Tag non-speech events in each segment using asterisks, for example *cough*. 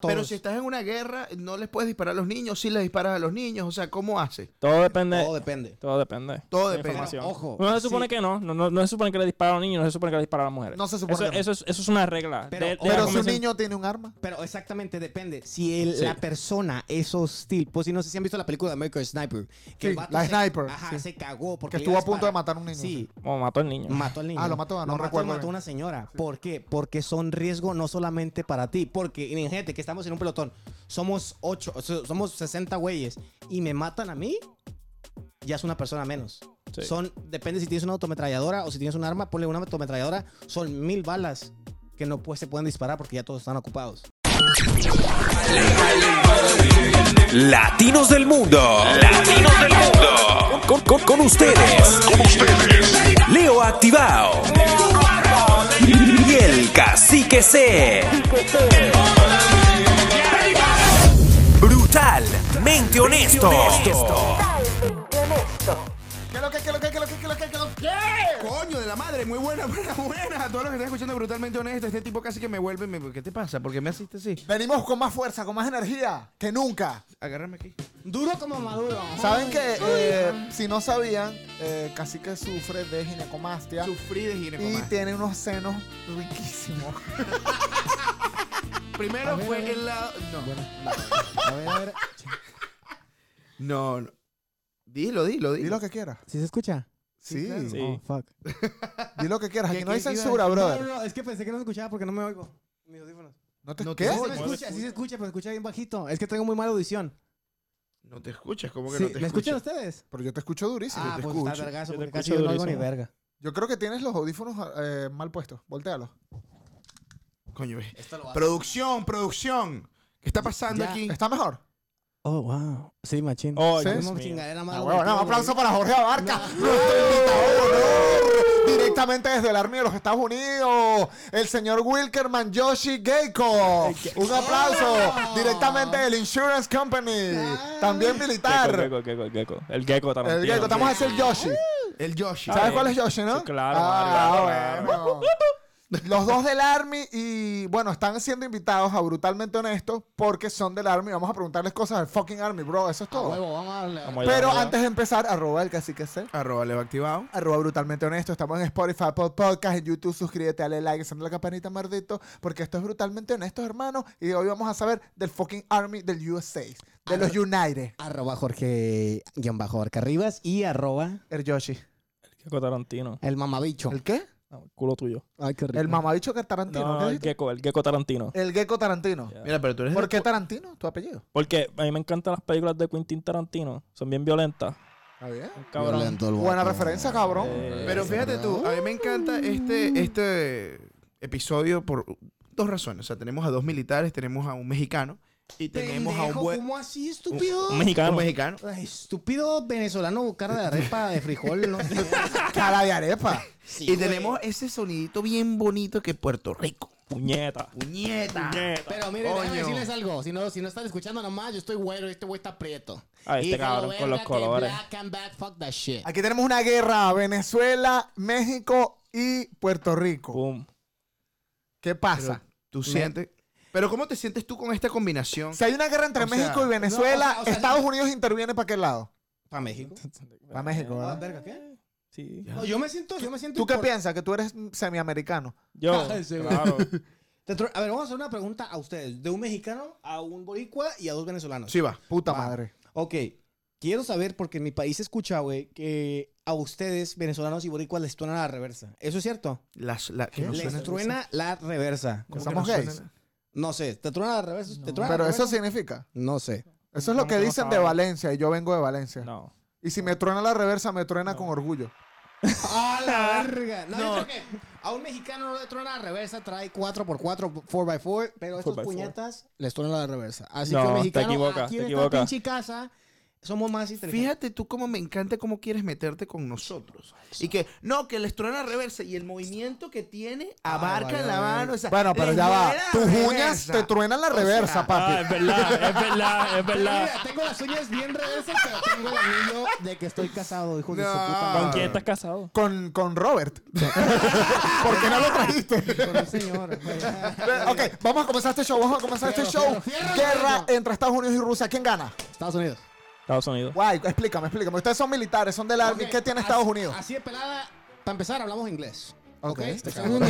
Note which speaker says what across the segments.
Speaker 1: Pero
Speaker 2: Todos.
Speaker 1: si estás en una guerra, no les puedes disparar a los niños, sí les disparas a los niños. O sea, ¿cómo hace?
Speaker 3: Todo depende.
Speaker 2: Todo depende.
Speaker 3: Todo depende.
Speaker 1: Todo
Speaker 3: de la
Speaker 1: depende.
Speaker 3: información.
Speaker 2: Pero, ojo,
Speaker 3: No se supone
Speaker 2: sí.
Speaker 3: que no. No, no. no se supone que le dispara a los niños, no se supone que le dispara a las mujeres.
Speaker 4: No se supone
Speaker 3: Eso,
Speaker 4: que no.
Speaker 3: eso, es, eso es una regla.
Speaker 2: Pero-
Speaker 3: de- de la
Speaker 2: Pero
Speaker 4: Pero si un
Speaker 3: Convención-
Speaker 4: niño tiene un arma.
Speaker 2: Pero exactamente depende. Si el-
Speaker 3: Sí.
Speaker 2: la persona es hostil, pues si no sé si han visto la película de American Sniper. Que
Speaker 4: Sí,
Speaker 2: el vato
Speaker 4: la
Speaker 2: se-
Speaker 4: Sniper,
Speaker 2: Ajá,
Speaker 4: sí.
Speaker 2: se cagó porque
Speaker 4: Que
Speaker 2: le
Speaker 4: estuvo
Speaker 2: iba
Speaker 4: a punto de
Speaker 2: disparar.
Speaker 4: matar a un niño.
Speaker 2: Sí,
Speaker 3: Bueno, Oh, mató al niño.
Speaker 2: Mató al niño.
Speaker 4: Ah, lo mató, no
Speaker 2: mató,
Speaker 4: recuerdo
Speaker 2: mató
Speaker 4: bien.
Speaker 2: una señora. ¿Por qué? Porque son riesgo no solamente para ti. Porque, miren, gente, que estamos en un pelotón. Somos ocho, o sea, somos 60 güeyes. Y me matan a mí, ya es una persona menos.
Speaker 3: Sí.
Speaker 2: Son, depende si tienes una autometralladora o si tienes un arma, ponle una autometralladora. Son mil balas que no pues, se pueden disparar porque ya todos están ocupados.
Speaker 5: Latinos del mundo. Latinos del mundo. Con, con- con ustedes. Con ustedes. Leo Activado. Y el cacique C. Brutalmente honesto.
Speaker 4: ¿Qué lo que, qué lo que, qué lo que, qué lo que, qué lo que?
Speaker 1: Coño de la madre, muy buena, *laughs* buena, buena. A todos los que están escuchando brutalmente honesto, este tipo casi que me vuelve. y me- ¿Qué te pasa? ¿Por qué me asiste así?
Speaker 4: Venimos con más fuerza, con más energía que nunca.
Speaker 1: Agárrame aquí.
Speaker 2: Duro como maduro.
Speaker 4: ¿Saben que eh, si no sabían, eh, Cacique sufre de ginecomastia
Speaker 1: Sufrí de
Speaker 4: y
Speaker 1: ginecomastia.
Speaker 4: tiene unos senos riquísimos?
Speaker 1: Primero
Speaker 2: ver, a
Speaker 1: fue
Speaker 2: ver.
Speaker 1: el lado. No.
Speaker 2: *laughs* A ver, a ver.
Speaker 1: No, no. Dilo, dilo,
Speaker 4: Di
Speaker 1: dilo.
Speaker 4: lo que quieras.
Speaker 2: ¿Sí se escucha?
Speaker 4: Sí,
Speaker 1: claro.
Speaker 3: Sí.
Speaker 2: Oh, fuck.
Speaker 4: di lo que quieras.
Speaker 1: ¿Qué-
Speaker 4: Aquí no hay
Speaker 1: qué iba a
Speaker 4: censura,
Speaker 2: No,
Speaker 4: brother.
Speaker 2: no, no, es que pensé que no se escuchaba porque no me oigo. Mis audífonos.
Speaker 4: ¿No te
Speaker 1: no te-
Speaker 4: qué?
Speaker 2: Sí, se me
Speaker 1: No se
Speaker 2: escucha, sí se escucha, pero se escucha bien bajito. Es que tengo muy mala audición.
Speaker 1: No te escuchas, ¿cómo que
Speaker 2: Sí,
Speaker 1: no te
Speaker 2: ¿Me escuchan
Speaker 1: escuchas?
Speaker 2: ustedes?
Speaker 4: Pero yo te escucho durísimo.
Speaker 2: ah,
Speaker 4: yo te
Speaker 2: pues
Speaker 4: escucho.
Speaker 2: está vergazo,
Speaker 3: Yo te
Speaker 2: porque casi
Speaker 3: escucho
Speaker 2: yo no oigo ni
Speaker 3: durísimo.
Speaker 2: verga.
Speaker 4: Yo creo que tienes los audífonos eh, mal puestos. Voltealos.
Speaker 1: Coño, ve.
Speaker 2: Esto lo
Speaker 1: Producción, producción. ¿Qué está pasando
Speaker 2: Ya.
Speaker 1: aquí?
Speaker 4: ¿Está mejor?
Speaker 2: Oh, wow. Sí, machín.
Speaker 3: Oh,
Speaker 4: Sí.
Speaker 3: Dios
Speaker 2: Como
Speaker 3: mío.
Speaker 2: chingadera más
Speaker 4: Ah,
Speaker 2: bonita,
Speaker 4: bueno, un
Speaker 2: güey.
Speaker 4: aplauso para Jorge Abarca, nuestro invitado de honor, directamente desde el Army de los Estados Unidos, el señor Wilkerman Yoshi Geico. Un aplauso directamente del Insurance Company, también militar.
Speaker 3: Gecko, gecko, gecko, gecko. El gecko también.
Speaker 4: El Geico, estamos a hacer Yoshi.
Speaker 1: Uh, El Yoshi.
Speaker 3: Ah,
Speaker 4: ¿Sabes
Speaker 3: eh.
Speaker 4: cuál es Yoshi, no?
Speaker 3: Sí, claro,
Speaker 4: Ah,
Speaker 3: claro,
Speaker 4: bueno. Los dos del Army y bueno, están siendo invitados a brutalmente honestos porque son del Army. Vamos a preguntarles cosas del fucking Army, bro. Eso es
Speaker 2: Ah,
Speaker 4: todo.
Speaker 2: huevo, vamos a darle.
Speaker 3: Vamos allá,
Speaker 4: Pero
Speaker 3: vamos allá.
Speaker 4: antes de empezar, arroba el cacique C.
Speaker 1: Arroba Leo Activado.
Speaker 4: Arroba brutalmente honesto. Estamos en Spotify, Apple Podcast, en YouTube. Suscríbete, dale like, enciende la campanita, mardito. Porque esto es brutalmente honesto, hermano. Y hoy vamos a saber del fucking Army del USA. De los
Speaker 3: Ah.
Speaker 4: United.
Speaker 2: Arroba Jorge guión bajo Arca Rivas y arroba
Speaker 4: El Yoshi.
Speaker 3: El gecko Tarantino.
Speaker 2: el mamabicho.
Speaker 4: ¿El qué?
Speaker 3: No, el culo tuyo.
Speaker 2: Ay, qué rico.
Speaker 4: El mamabicho que es Tarantino.
Speaker 3: No,
Speaker 4: ¿qué
Speaker 3: el
Speaker 4: dijiste?
Speaker 3: gecko, el gecko Tarantino.
Speaker 4: El gecko Tarantino.
Speaker 3: Ya.
Speaker 1: Mira, pero tú eres
Speaker 4: ¿Por
Speaker 1: de-
Speaker 4: qué Tarantino? ¿Tu apellido?
Speaker 3: Porque a mí me encantan las películas de Quentin Tarantino. Son bien violentas.
Speaker 4: Está bien.
Speaker 3: Un Cabrón.
Speaker 2: Violento el
Speaker 4: Buena
Speaker 2: vato.
Speaker 4: referencia, cabrón. *laughs*
Speaker 3: Eh,
Speaker 1: Pero fíjate tú, a mí me encanta este, este episodio por dos razones. O sea, tenemos a dos militares, tenemos a un mexicano y tenemos a un
Speaker 2: Pendejo,
Speaker 1: buen...
Speaker 2: ¿Cómo así, estúpido?
Speaker 3: Un mexicano.
Speaker 1: un mexicano.
Speaker 2: Ay, estúpido venezolano, cara de arepa de frijol, no sé.
Speaker 4: Cara de arepa.
Speaker 2: Sí,
Speaker 1: Y
Speaker 2: güey.
Speaker 1: tenemos ese sonidito bien bonito que es Puerto Rico.
Speaker 3: Puñeta.
Speaker 1: ¡Puñeta!
Speaker 3: Puñeta.
Speaker 2: Pero miren,
Speaker 1: Coño.
Speaker 2: déjame decirles algo. Si no, si no están escuchando nomás, yo estoy güero y este güey está prieto.
Speaker 3: Ah, este
Speaker 2: Híjalo,
Speaker 3: cabrón, con
Speaker 2: verga,
Speaker 3: los
Speaker 2: que
Speaker 3: colores.
Speaker 2: black and black, fuck that shit.
Speaker 4: Aquí tenemos una guerra. Venezuela, México y Puerto Rico.
Speaker 3: Boom.
Speaker 4: ¿Qué pasa?
Speaker 1: Tú sientes... Pero ¿cómo te sientes tú con esta combinación?
Speaker 4: Si hay una guerra entre
Speaker 1: O sea,
Speaker 4: México y Venezuela,
Speaker 2: no, o sea, o sea,
Speaker 4: Estados Unidos interviene para qué lado.
Speaker 2: ¿Para México?
Speaker 4: Para México,
Speaker 2: Ah,
Speaker 4: ¿verdad?
Speaker 2: verga, ¿qué?
Speaker 3: Sí.
Speaker 2: No, yo me siento, yo me siento.
Speaker 4: ¿Tú qué
Speaker 2: impor-
Speaker 4: piensas? Que tú eres mm, semiamericano. *laughs*
Speaker 3: Yo.
Speaker 2: Ah, sí, güey.
Speaker 3: claro.
Speaker 2: Te tro- A ver, vamos a hacer una pregunta a ustedes. De un mexicano a un boricua y a dos venezolanos.
Speaker 1: Sí va.
Speaker 4: Puta
Speaker 2: Va.
Speaker 4: madre.
Speaker 2: Ok. Quiero saber, porque en mi país se escucha, güey, que a ustedes, venezolanos y boricuas, les truena la reversa. ¿Eso es cierto?
Speaker 1: Las, la, que no
Speaker 2: les
Speaker 1: suena-
Speaker 2: truena la reversa.
Speaker 1: ¿Cómo que
Speaker 4: somos
Speaker 1: no
Speaker 4: gays?
Speaker 1: suena?
Speaker 2: No sé, ¿te truena la reversa? ¿Te truena la
Speaker 4: Pero eso
Speaker 2: reversa?
Speaker 4: significa.
Speaker 2: No sé.
Speaker 4: Eso es lo
Speaker 3: No,
Speaker 4: que
Speaker 3: no
Speaker 4: dicen de
Speaker 3: sabe.
Speaker 4: Valencia y yo vengo de Valencia.
Speaker 3: No.
Speaker 4: Y si me truena la reversa, me truena con orgullo.
Speaker 2: ¡A la verga! No,
Speaker 1: No.
Speaker 2: yo creo que a un mexicano no le truena la reversa, trae 4x4, 4x4, pero estos
Speaker 3: 4x4.
Speaker 2: puñetas les truena la reversa. Así
Speaker 3: No,
Speaker 2: que un
Speaker 3: te
Speaker 2: mexicano
Speaker 3: equivocas,
Speaker 2: aquí
Speaker 3: te
Speaker 2: en esta
Speaker 3: equivocas.
Speaker 2: pinche casa somos más inteligentes.
Speaker 1: Fíjate tú cómo me encanta cómo quieres meterte con nosotros. Y que, no, que les truena reversa y el movimiento que tiene abarca
Speaker 2: vale,
Speaker 1: la
Speaker 2: vale.
Speaker 1: mano. o sea,
Speaker 4: Bueno, pero
Speaker 1: les
Speaker 4: ya va.
Speaker 1: duele la
Speaker 4: Tus uñas
Speaker 1: reversa.
Speaker 4: te truenan la
Speaker 1: O sea,
Speaker 4: reversa, papi.
Speaker 3: Ah, es verdad, es verdad, es verdad.
Speaker 2: Mira, tengo las uñas bien reversas, pero tengo el anillo de que estoy casado, hijo de su
Speaker 1: No.
Speaker 2: puta.
Speaker 3: ¿Con
Speaker 2: madre.
Speaker 3: quién estás casado?
Speaker 4: Con, con Robert. ¿Por qué no lo trajiste?
Speaker 2: Con un señor. güey.
Speaker 4: ok, vamos a comenzar este show. Vamos a comenzar este
Speaker 2: Fierro,
Speaker 4: show.
Speaker 2: fierro, fierro,
Speaker 4: Guerra
Speaker 2: fierro.
Speaker 4: entre Estados Unidos y Rusia. ¿Quién gana?
Speaker 2: *laughs* Estados Unidos.
Speaker 3: Estados Unidos.
Speaker 4: Guay, explícame, explícame. Ustedes son militares, son del Army.
Speaker 2: Ok,
Speaker 4: Ah, ¿Qué tiene
Speaker 2: as-
Speaker 4: Estados Unidos?
Speaker 2: Así de pelada, para empezar, hablamos inglés.
Speaker 4: Ok,
Speaker 2: Ok. *laughs*
Speaker 4: este
Speaker 2: Segundo,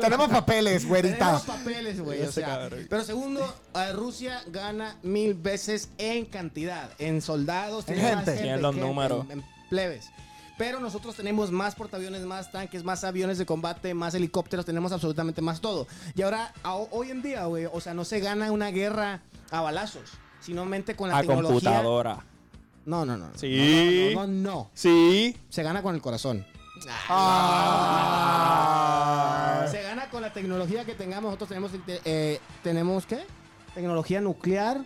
Speaker 4: Tenemos papeles, güerita.
Speaker 2: tenemos papeles, güey. O
Speaker 3: Este
Speaker 2: sea,
Speaker 3: cabrón.
Speaker 2: pero segundo, eh, Rusia gana mil veces en cantidad, en soldados,
Speaker 4: En
Speaker 2: tiene más
Speaker 4: gente.
Speaker 3: Tiene los
Speaker 2: que
Speaker 3: números.
Speaker 2: En, en plebes. Pero nosotros tenemos más portaaviones, más tanques, más aviones de combate, más helicópteros, tenemos absolutamente más todo. Y ahora, a- hoy en día, güey, o sea, no se gana una guerra a balazos, sino mente con la
Speaker 3: A
Speaker 2: tecnología.
Speaker 3: Ah, computadora.
Speaker 2: No, no, no. no.
Speaker 3: Sí.
Speaker 2: No, no, no, no.
Speaker 3: Sí.
Speaker 2: Se gana con el corazón.
Speaker 4: Ah.
Speaker 2: Se gana con la tecnología que tengamos. Nosotros tenemos, inte- eh, ¿tenemos qué? Tecnología nuclear,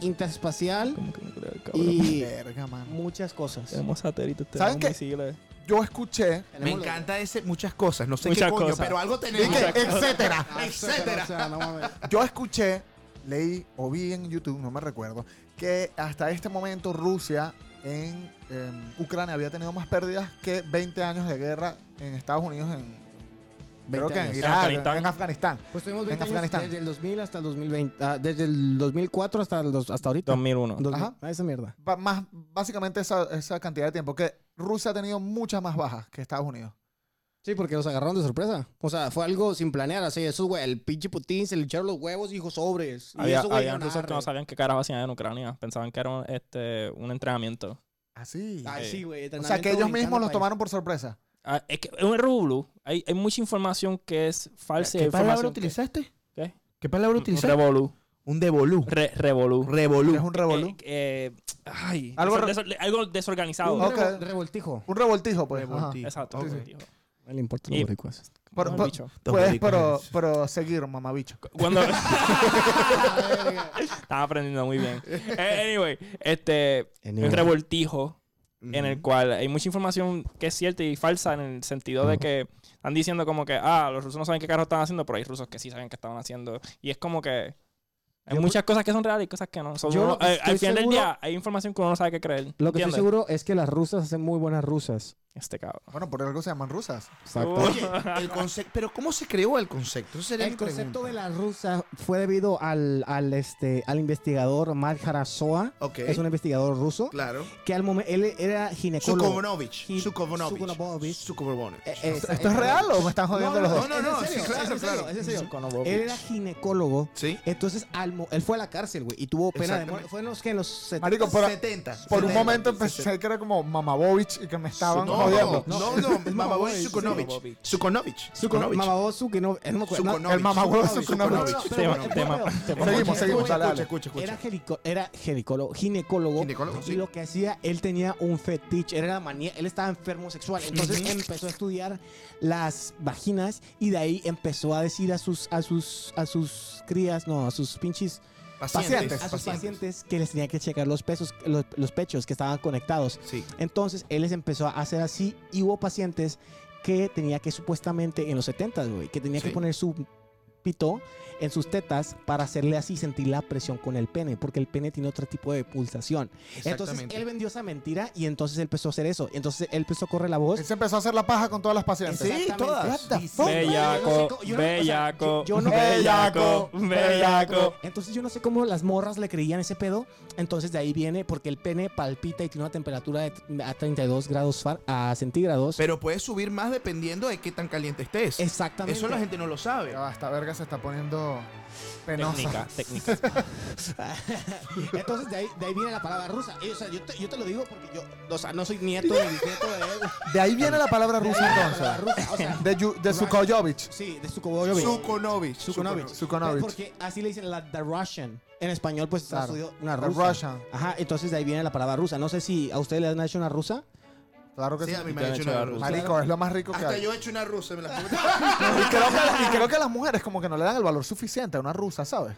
Speaker 2: interespacial
Speaker 3: Como que, cabrón,
Speaker 2: y
Speaker 4: Verga, mano.
Speaker 2: muchas cosas.
Speaker 3: Tenemos satélites,
Speaker 4: ¿Saben
Speaker 3: tenemos
Speaker 4: qué?
Speaker 3: misiles.
Speaker 4: Yo escuché
Speaker 1: Me
Speaker 2: Tenemos lo-
Speaker 1: encanta ese, muchas cosas, no sé
Speaker 3: Muchas
Speaker 1: qué coño,
Speaker 3: cosas.
Speaker 1: pero algo
Speaker 4: Y
Speaker 1: tenemos.
Speaker 4: que,
Speaker 1: *laughs*
Speaker 4: etcétera.
Speaker 2: Ah, etcétera, o sea, no mames.
Speaker 4: Yo escuché, leí o vi en YouTube, no me recuerdo, que hasta este momento Rusia en em, Ucrania había tenido más pérdidas que 20 años de guerra en Estados Unidos en creo
Speaker 2: 20
Speaker 4: que en
Speaker 2: años.
Speaker 4: Irak, en
Speaker 3: Afganistán.
Speaker 4: Afganistán.
Speaker 2: Pues tuvimos
Speaker 4: en
Speaker 2: 20 años
Speaker 4: Afganistán.
Speaker 2: desde el 2000 hasta el 2020, ah, desde el 2004 hasta, los, hasta ahorita.
Speaker 3: 2001.
Speaker 2: Dos-
Speaker 4: Ajá.
Speaker 2: ah, esa mierda.
Speaker 4: Ba- Más, básicamente esa, esa cantidad de tiempo que Rusia ha tenido muchas más bajas que Estados Unidos.
Speaker 2: Sí, porque los agarraron de sorpresa. O sea, fue algo sin planear. Así, esos, güey, el pinche Putin se le echaron los huevos y dijo sobres. Y
Speaker 3: Había,
Speaker 2: esos güeyes
Speaker 3: habían
Speaker 2: no
Speaker 3: rusos que no
Speaker 2: arre.
Speaker 3: sabían qué carajo hacían en Ucrania. Pensaban que era un, este, un entrenamiento.
Speaker 1: Ah,
Speaker 4: Así.
Speaker 2: Ay, sí, güey.
Speaker 4: o sea, que
Speaker 2: entrenamiento
Speaker 4: ellos mismos
Speaker 2: brincando
Speaker 4: los
Speaker 2: país.
Speaker 4: tomaron por sorpresa.
Speaker 3: Ah, es que es un error, Blue. Hay, hay mucha información que es falsa. y
Speaker 1: ¿Qué
Speaker 3: hay
Speaker 1: palabra
Speaker 3: información que-
Speaker 1: utilizaste?
Speaker 3: ¿Qué?
Speaker 1: ¿Qué palabra
Speaker 3: Un
Speaker 1: utilizaste?
Speaker 3: revolú.
Speaker 1: Un devolú.
Speaker 3: Re- revolú.
Speaker 1: Revolú.
Speaker 4: Es un revolú.
Speaker 3: Eh, eh, ay,
Speaker 4: Algo
Speaker 3: algo,
Speaker 4: re-
Speaker 3: algo desorganizado.
Speaker 2: Un
Speaker 4: Ok.
Speaker 2: revo- revoltijo.
Speaker 4: Un revoltijo, pues. Ajá.
Speaker 1: Revoltijo.
Speaker 3: Exacto.
Speaker 1: Ok.
Speaker 3: revoltijo.
Speaker 2: No le importa
Speaker 3: los Y-
Speaker 4: Por-
Speaker 3: Mal
Speaker 4: por-
Speaker 3: dicho.
Speaker 4: Puedes,
Speaker 1: Dominicano.
Speaker 4: Pues, pero, pero seguir, mamabicho.
Speaker 3: Cuando... Estaba aprendiendo muy bien. Eh, Anyway, este...
Speaker 2: Anyway.
Speaker 3: Un revoltijo.
Speaker 4: pues,
Speaker 1: Ujú.
Speaker 3: en
Speaker 4: mm.
Speaker 3: el cual hay mucha información que es cierta y falsa en el sentido de que están diciendo como que, ah, los rusos no saben qué carro están haciendo, pero hay rusos que sí saben qué estaban haciendo. Y es como que hay
Speaker 2: Yo-
Speaker 3: muchas cosas que son reales y cosas que no. So,
Speaker 2: Yo
Speaker 3: uno-
Speaker 2: lo que
Speaker 3: eh,
Speaker 2: estoy
Speaker 3: al final del
Speaker 2: seguro-
Speaker 3: día hay información que uno no sabe qué creer.
Speaker 2: Lo que estoy
Speaker 3: ¿entiendes?
Speaker 2: seguro es que las rusas hacen muy buenas rusas.
Speaker 3: Este cabrón.
Speaker 4: Bueno, por algo se llaman rusas.
Speaker 1: Oye, el concepto, pero ¿cómo se creó el concepto? Esa sería
Speaker 2: El
Speaker 1: mi
Speaker 2: concepto
Speaker 1: pregunta.
Speaker 2: de las rusas fue debido al, al, este, al investigador Mark Harasoa.
Speaker 1: Ok.
Speaker 2: Es un investigador ruso.
Speaker 1: Claro.
Speaker 2: Que al momento él era ginecólogo.
Speaker 1: Sukovnovich.
Speaker 2: Hi-
Speaker 1: Sukovnovich.
Speaker 2: Sukovnovich.
Speaker 1: Sukovnovich.
Speaker 2: Eh, eh,
Speaker 4: ¿Esto es real o me están jodiendo los dos?
Speaker 1: No, no,
Speaker 2: es
Speaker 1: no,
Speaker 2: en
Speaker 1: sí,
Speaker 2: serio,
Speaker 1: claro,
Speaker 2: es en serio,
Speaker 1: claro.
Speaker 2: es en serio.
Speaker 3: Sukovnovich.
Speaker 2: Él era ginecólogo.
Speaker 1: Sí.
Speaker 2: Entonces, al mo- él fue a la cárcel, güey, y tuvo pena de
Speaker 1: Exactamente.
Speaker 2: muerte. Fue en los que en los 70.
Speaker 4: Marico, por,
Speaker 1: 70.
Speaker 4: por un
Speaker 1: 70,
Speaker 4: momento
Speaker 1: 60.
Speaker 4: pensé que era como mamabovich y que me estaban
Speaker 1: No,
Speaker 4: jodiendo.
Speaker 1: no,
Speaker 4: *laughs*
Speaker 1: no, no, Mamabovich
Speaker 2: Mamabovich,
Speaker 1: Sukonovich. Sukonovich.
Speaker 2: Su con-
Speaker 1: Sukonovich.
Speaker 2: Mamabosu, que no, eh, no me acuerdo. No,
Speaker 1: Sukonovich.
Speaker 4: El mamahuevo
Speaker 1: Sukonovich.
Speaker 4: Sukonovich.
Speaker 1: Sukonovich.
Speaker 2: pero
Speaker 3: Tema-
Speaker 2: bueno,
Speaker 3: tema-
Speaker 2: bueno,
Speaker 3: tema-
Speaker 2: bueno,
Speaker 4: Seguimos,
Speaker 2: bueno,
Speaker 4: seguimos,
Speaker 2: bueno,
Speaker 4: dale, dale.
Speaker 1: Escucha, escucha,
Speaker 2: Era,
Speaker 1: escucha.
Speaker 2: gelico- era ginecólogo, ginecólogo,
Speaker 1: Ginecólogo,
Speaker 2: y
Speaker 1: sí.
Speaker 2: lo que hacía, él tenía un fetiche, era la manía, él estaba enfermo sexual, entonces empezó a estudiar las vaginas y de ahí empezó a decir a sus, a sus, a sus crías, no, a sus pinches,
Speaker 1: Pacientes.
Speaker 2: a sus pacientes que les tenía que checar los pesos, los- los pechos que estaban conectados.
Speaker 1: Sí.
Speaker 2: Entonces él les empezó a hacer así y hubo pacientes que tenía que supuestamente en los 70, güey, que tenía que
Speaker 1: Sí.
Speaker 2: poner su pito en sus tetas para hacerle así sentir la presión con el pene, porque el pene tiene otro tipo de pulsación. Entonces
Speaker 1: Exactamente.
Speaker 2: él vendió esa mentira y entonces él empezó a hacer eso. Entonces él empezó a correr la voz.
Speaker 4: Él se empezó a hacer la paja con todas las pacientes.
Speaker 1: Sí,
Speaker 2: Exactamente.
Speaker 1: todas.
Speaker 4: What the
Speaker 1: Sí,
Speaker 4: fuck?
Speaker 2: Yo no sé
Speaker 3: Bellaco,
Speaker 2: cómo- yo no- o sea,
Speaker 3: bellaco,
Speaker 2: yo- yo no-
Speaker 3: bellaco, bellaco.
Speaker 2: Entonces yo no sé cómo las morras le creían ese pedo. Entonces de ahí viene porque el pene palpita y tiene una temperatura de t- a 32 grados far- a centígrados.
Speaker 1: Pero puedes subir más dependiendo de qué tan caliente estés.
Speaker 2: Exactamente.
Speaker 1: Eso la gente no lo sabe.
Speaker 4: Ya va, esta verga se está poniendo penosa.
Speaker 3: Técnica,
Speaker 2: *laughs*
Speaker 3: técnica.
Speaker 2: *laughs* Entonces, de ahí, de ahí viene la palabra rusa. Y, o sea, yo te, yo te lo digo porque yo, o sea, no soy nieto ni bisnieto de él.
Speaker 4: De ahí viene la palabra
Speaker 2: La palabra
Speaker 4: rusa
Speaker 2: rusa, o sea,
Speaker 4: entonces. De, Yu- de Sukoyovich.
Speaker 2: sí, de Sukoboyovi.
Speaker 1: Sukonovich.
Speaker 2: Sukonovich.
Speaker 4: Sukonovich.
Speaker 2: Porque así le dicen la The Russian. En español, pues está
Speaker 4: Claro.
Speaker 2: estudiado una
Speaker 4: The
Speaker 2: rusa.
Speaker 4: Russian.
Speaker 2: Ajá, entonces de ahí viene la palabra rusa. No sé si a ustedes le han hecho una rusa.
Speaker 4: Claro que
Speaker 1: Sí,
Speaker 4: sí.
Speaker 1: a mí me
Speaker 3: Ya
Speaker 1: han
Speaker 3: me
Speaker 1: hecho
Speaker 3: echó
Speaker 1: una
Speaker 3: la
Speaker 1: rusa.
Speaker 3: rusa.
Speaker 4: Marico, es lo más rico que
Speaker 1: Hasta
Speaker 4: hay.
Speaker 1: yo he hecho una rusa. Me la
Speaker 4: Y creo que, y creo que las mujeres como que no le dan el valor suficiente a una rusa, ¿sabes?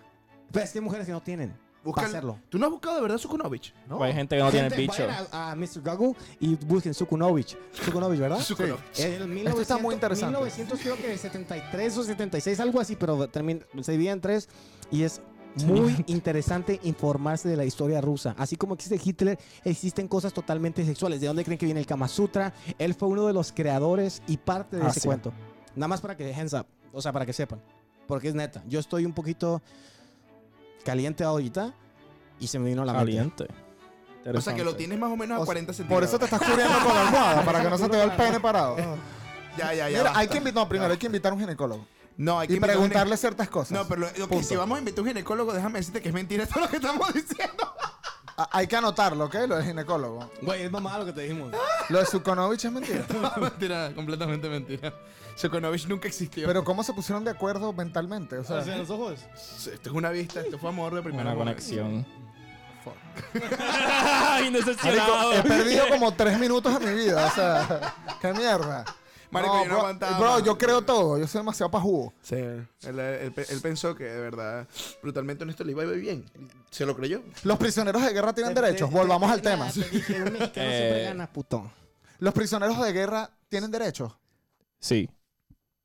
Speaker 2: Pero es que hay mujeres que no tienen.
Speaker 1: Busca- *laughs*
Speaker 2: pa' hacerlo.
Speaker 1: ¿Tú no has buscado de verdad Sukunovich?
Speaker 4: ¿no?
Speaker 3: Pues hay gente que no tiene el
Speaker 2: Gente,
Speaker 3: bicho.
Speaker 2: vayan A, a Mr. Google y busquen Sukunovich. Sukunovich, ¿verdad?
Speaker 1: Sukunovich.
Speaker 2: Sí. El 1900,
Speaker 4: Esto está muy interesante.
Speaker 2: 1900 creo que 73 o 76, algo así, pero termin- se divide en tres y es
Speaker 3: Se divide
Speaker 2: muy
Speaker 3: en
Speaker 2: interesante informarse de la historia rusa. Así como existe Hitler, existen cosas totalmente sexuales. ¿De dónde creen que viene el Kama Sutra? Él fue uno de los creadores y parte de
Speaker 3: Ah,
Speaker 2: ese
Speaker 3: sí.
Speaker 2: cuento. Nada más para que hands up, o sea, para que sepan. Porque es neta, yo estoy un poquito caliente ahorita y se me vino a la
Speaker 3: Caliente.
Speaker 2: mente.
Speaker 1: O sea, que lo
Speaker 3: Interesante.
Speaker 1: tienes más o menos a
Speaker 4: O sea,
Speaker 1: 40
Speaker 4: Por
Speaker 1: centímetros.
Speaker 4: eso te estás cubriendo con la almohada, para que no se te vea el pene parado.
Speaker 1: Ya, ya, ya.
Speaker 4: Mira,
Speaker 1: basta.
Speaker 4: hay que invitar, no, primero hay que invitar a un ginecólogo
Speaker 1: No, hay que
Speaker 4: y
Speaker 1: invitar a un gine-
Speaker 4: preguntarle ciertas cosas.
Speaker 1: No, pero lo- lo que- si vamos a invitar a un ginecólogo, déjame decirte que es mentira todo lo que estamos
Speaker 3: *laughs*
Speaker 1: diciendo.
Speaker 4: A- Hay que anotarlo, ¿ok? Lo del ginecólogo.
Speaker 2: Güey, es mamá lo que te dijimos.
Speaker 4: Lo de Sukonovich es
Speaker 1: *laughs*
Speaker 4: mentira.
Speaker 1: mentira, completamente mentira. Sokonovich nunca existió.
Speaker 4: Pero ¿cómo se pusieron de acuerdo mentalmente? O sea,
Speaker 2: los ojos.
Speaker 1: esto es una vista, esto fue amor de primera
Speaker 3: Una
Speaker 1: mujer.
Speaker 3: conexión. *laughs*
Speaker 1: Fuck.
Speaker 4: marico, eh,
Speaker 3: Indecepcionado.
Speaker 4: he
Speaker 1: *laughs*
Speaker 4: perdido como tres minutos de mi vida. O sea, qué mierda.
Speaker 1: Marico, yo no
Speaker 4: bro,
Speaker 1: aguantaba
Speaker 4: bro,
Speaker 1: más.
Speaker 4: yo creo todo. Yo soy demasiado pajugo.
Speaker 1: Sí. Él, él- él pensó que de verdad, brutalmente honesto, le iba a ir bien. Se lo creyó.
Speaker 4: Los prisioneros de guerra tienen derechos. Volvamos al tema.
Speaker 2: Un mexicano siempre
Speaker 4: *laughs*
Speaker 3: Eh.
Speaker 2: gana, puto.
Speaker 4: Los prisioneros de guerra tienen derechos.
Speaker 3: Sí.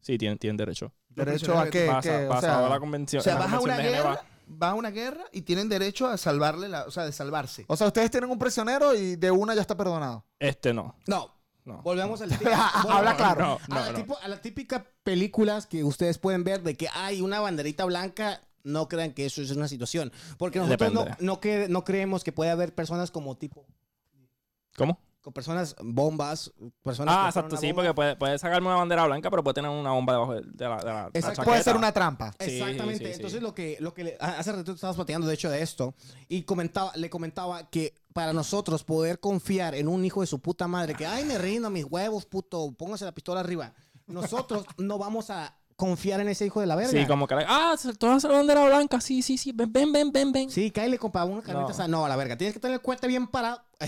Speaker 3: Sí, tienen, tienen derecho.
Speaker 4: ¿Derecho a
Speaker 1: este
Speaker 4: qué?
Speaker 3: Pasa,
Speaker 4: ¿Qué? O
Speaker 3: basado en la
Speaker 4: sea,
Speaker 3: convención,
Speaker 1: O sea,
Speaker 3: en la
Speaker 1: vas a
Speaker 3: convención
Speaker 1: una
Speaker 3: de Geneva.
Speaker 1: guerra, vas a una guerra y tienen derecho a salvarle la, o sea, de salvarse.
Speaker 4: o sea, ustedes tienen un prisionero y de una ya está perdonado.
Speaker 3: Este no.
Speaker 2: No.
Speaker 3: No.
Speaker 4: *laughs*
Speaker 2: Volvemos al
Speaker 4: Habla claro.
Speaker 3: No,
Speaker 2: a, la
Speaker 3: no, no.
Speaker 2: tipo- a la típica películas que ustedes pueden ver de que hay una banderita blanca, no crean que eso es una situación. Porque nosotros no,
Speaker 3: Depende.
Speaker 2: no, cre- no creemos que puede haber personas como tipo,
Speaker 3: ¿Cómo?
Speaker 2: con personas bombas, personas
Speaker 3: Ah,
Speaker 2: que fueron
Speaker 3: exacto,
Speaker 2: una
Speaker 3: sí,
Speaker 2: bomba.
Speaker 3: porque puede, puede sacarme una bandera blanca, pero puede tener una bomba debajo de, de la, de la- la
Speaker 2: Exacto.
Speaker 4: Puede ser
Speaker 3: chaqueta.
Speaker 4: una trampa.
Speaker 3: Sí, sí,
Speaker 2: Exactamente.
Speaker 3: sí, sí.
Speaker 2: Entonces lo que lo que le- a- hace rato estabas platicando de hecho de esto y comentaba le comentaba que para nosotros poder confiar en un hijo de su puta madre que ay me rindo mis huevos puto póngase la pistola arriba nosotros no vamos a confiar en ese hijo de la verga.
Speaker 3: Sí, como que la- ah, se- tú vas a la bandera blanca, sí, sí, sí, ven, ven, ven, ven, ven.
Speaker 2: Sí, cállate, compa, una carnita
Speaker 3: No.
Speaker 2: asada. No, a la verga. Tienes que tener el cuete bien parado. *laughs*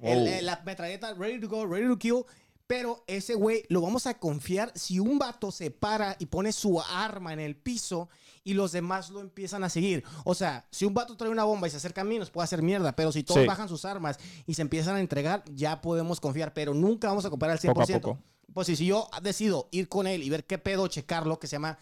Speaker 2: El- eh, la metralleta ready to go, ready to kill. Pero ese güey lo vamos a confiar si un vato se para y pone su arma en el piso y los demás lo empiezan a seguir. O sea, si un vato trae una bomba y se acerca a mí, nos puede hacer mierda. Pero si todos
Speaker 3: Sí.
Speaker 2: bajan sus armas y se empiezan a entregar, ya podemos confiar. Pero nunca vamos a confiar al 100%.
Speaker 3: Poco a poco.
Speaker 2: Pues sí, si yo decido ir con él y ver qué pedo, checarlo, que se llama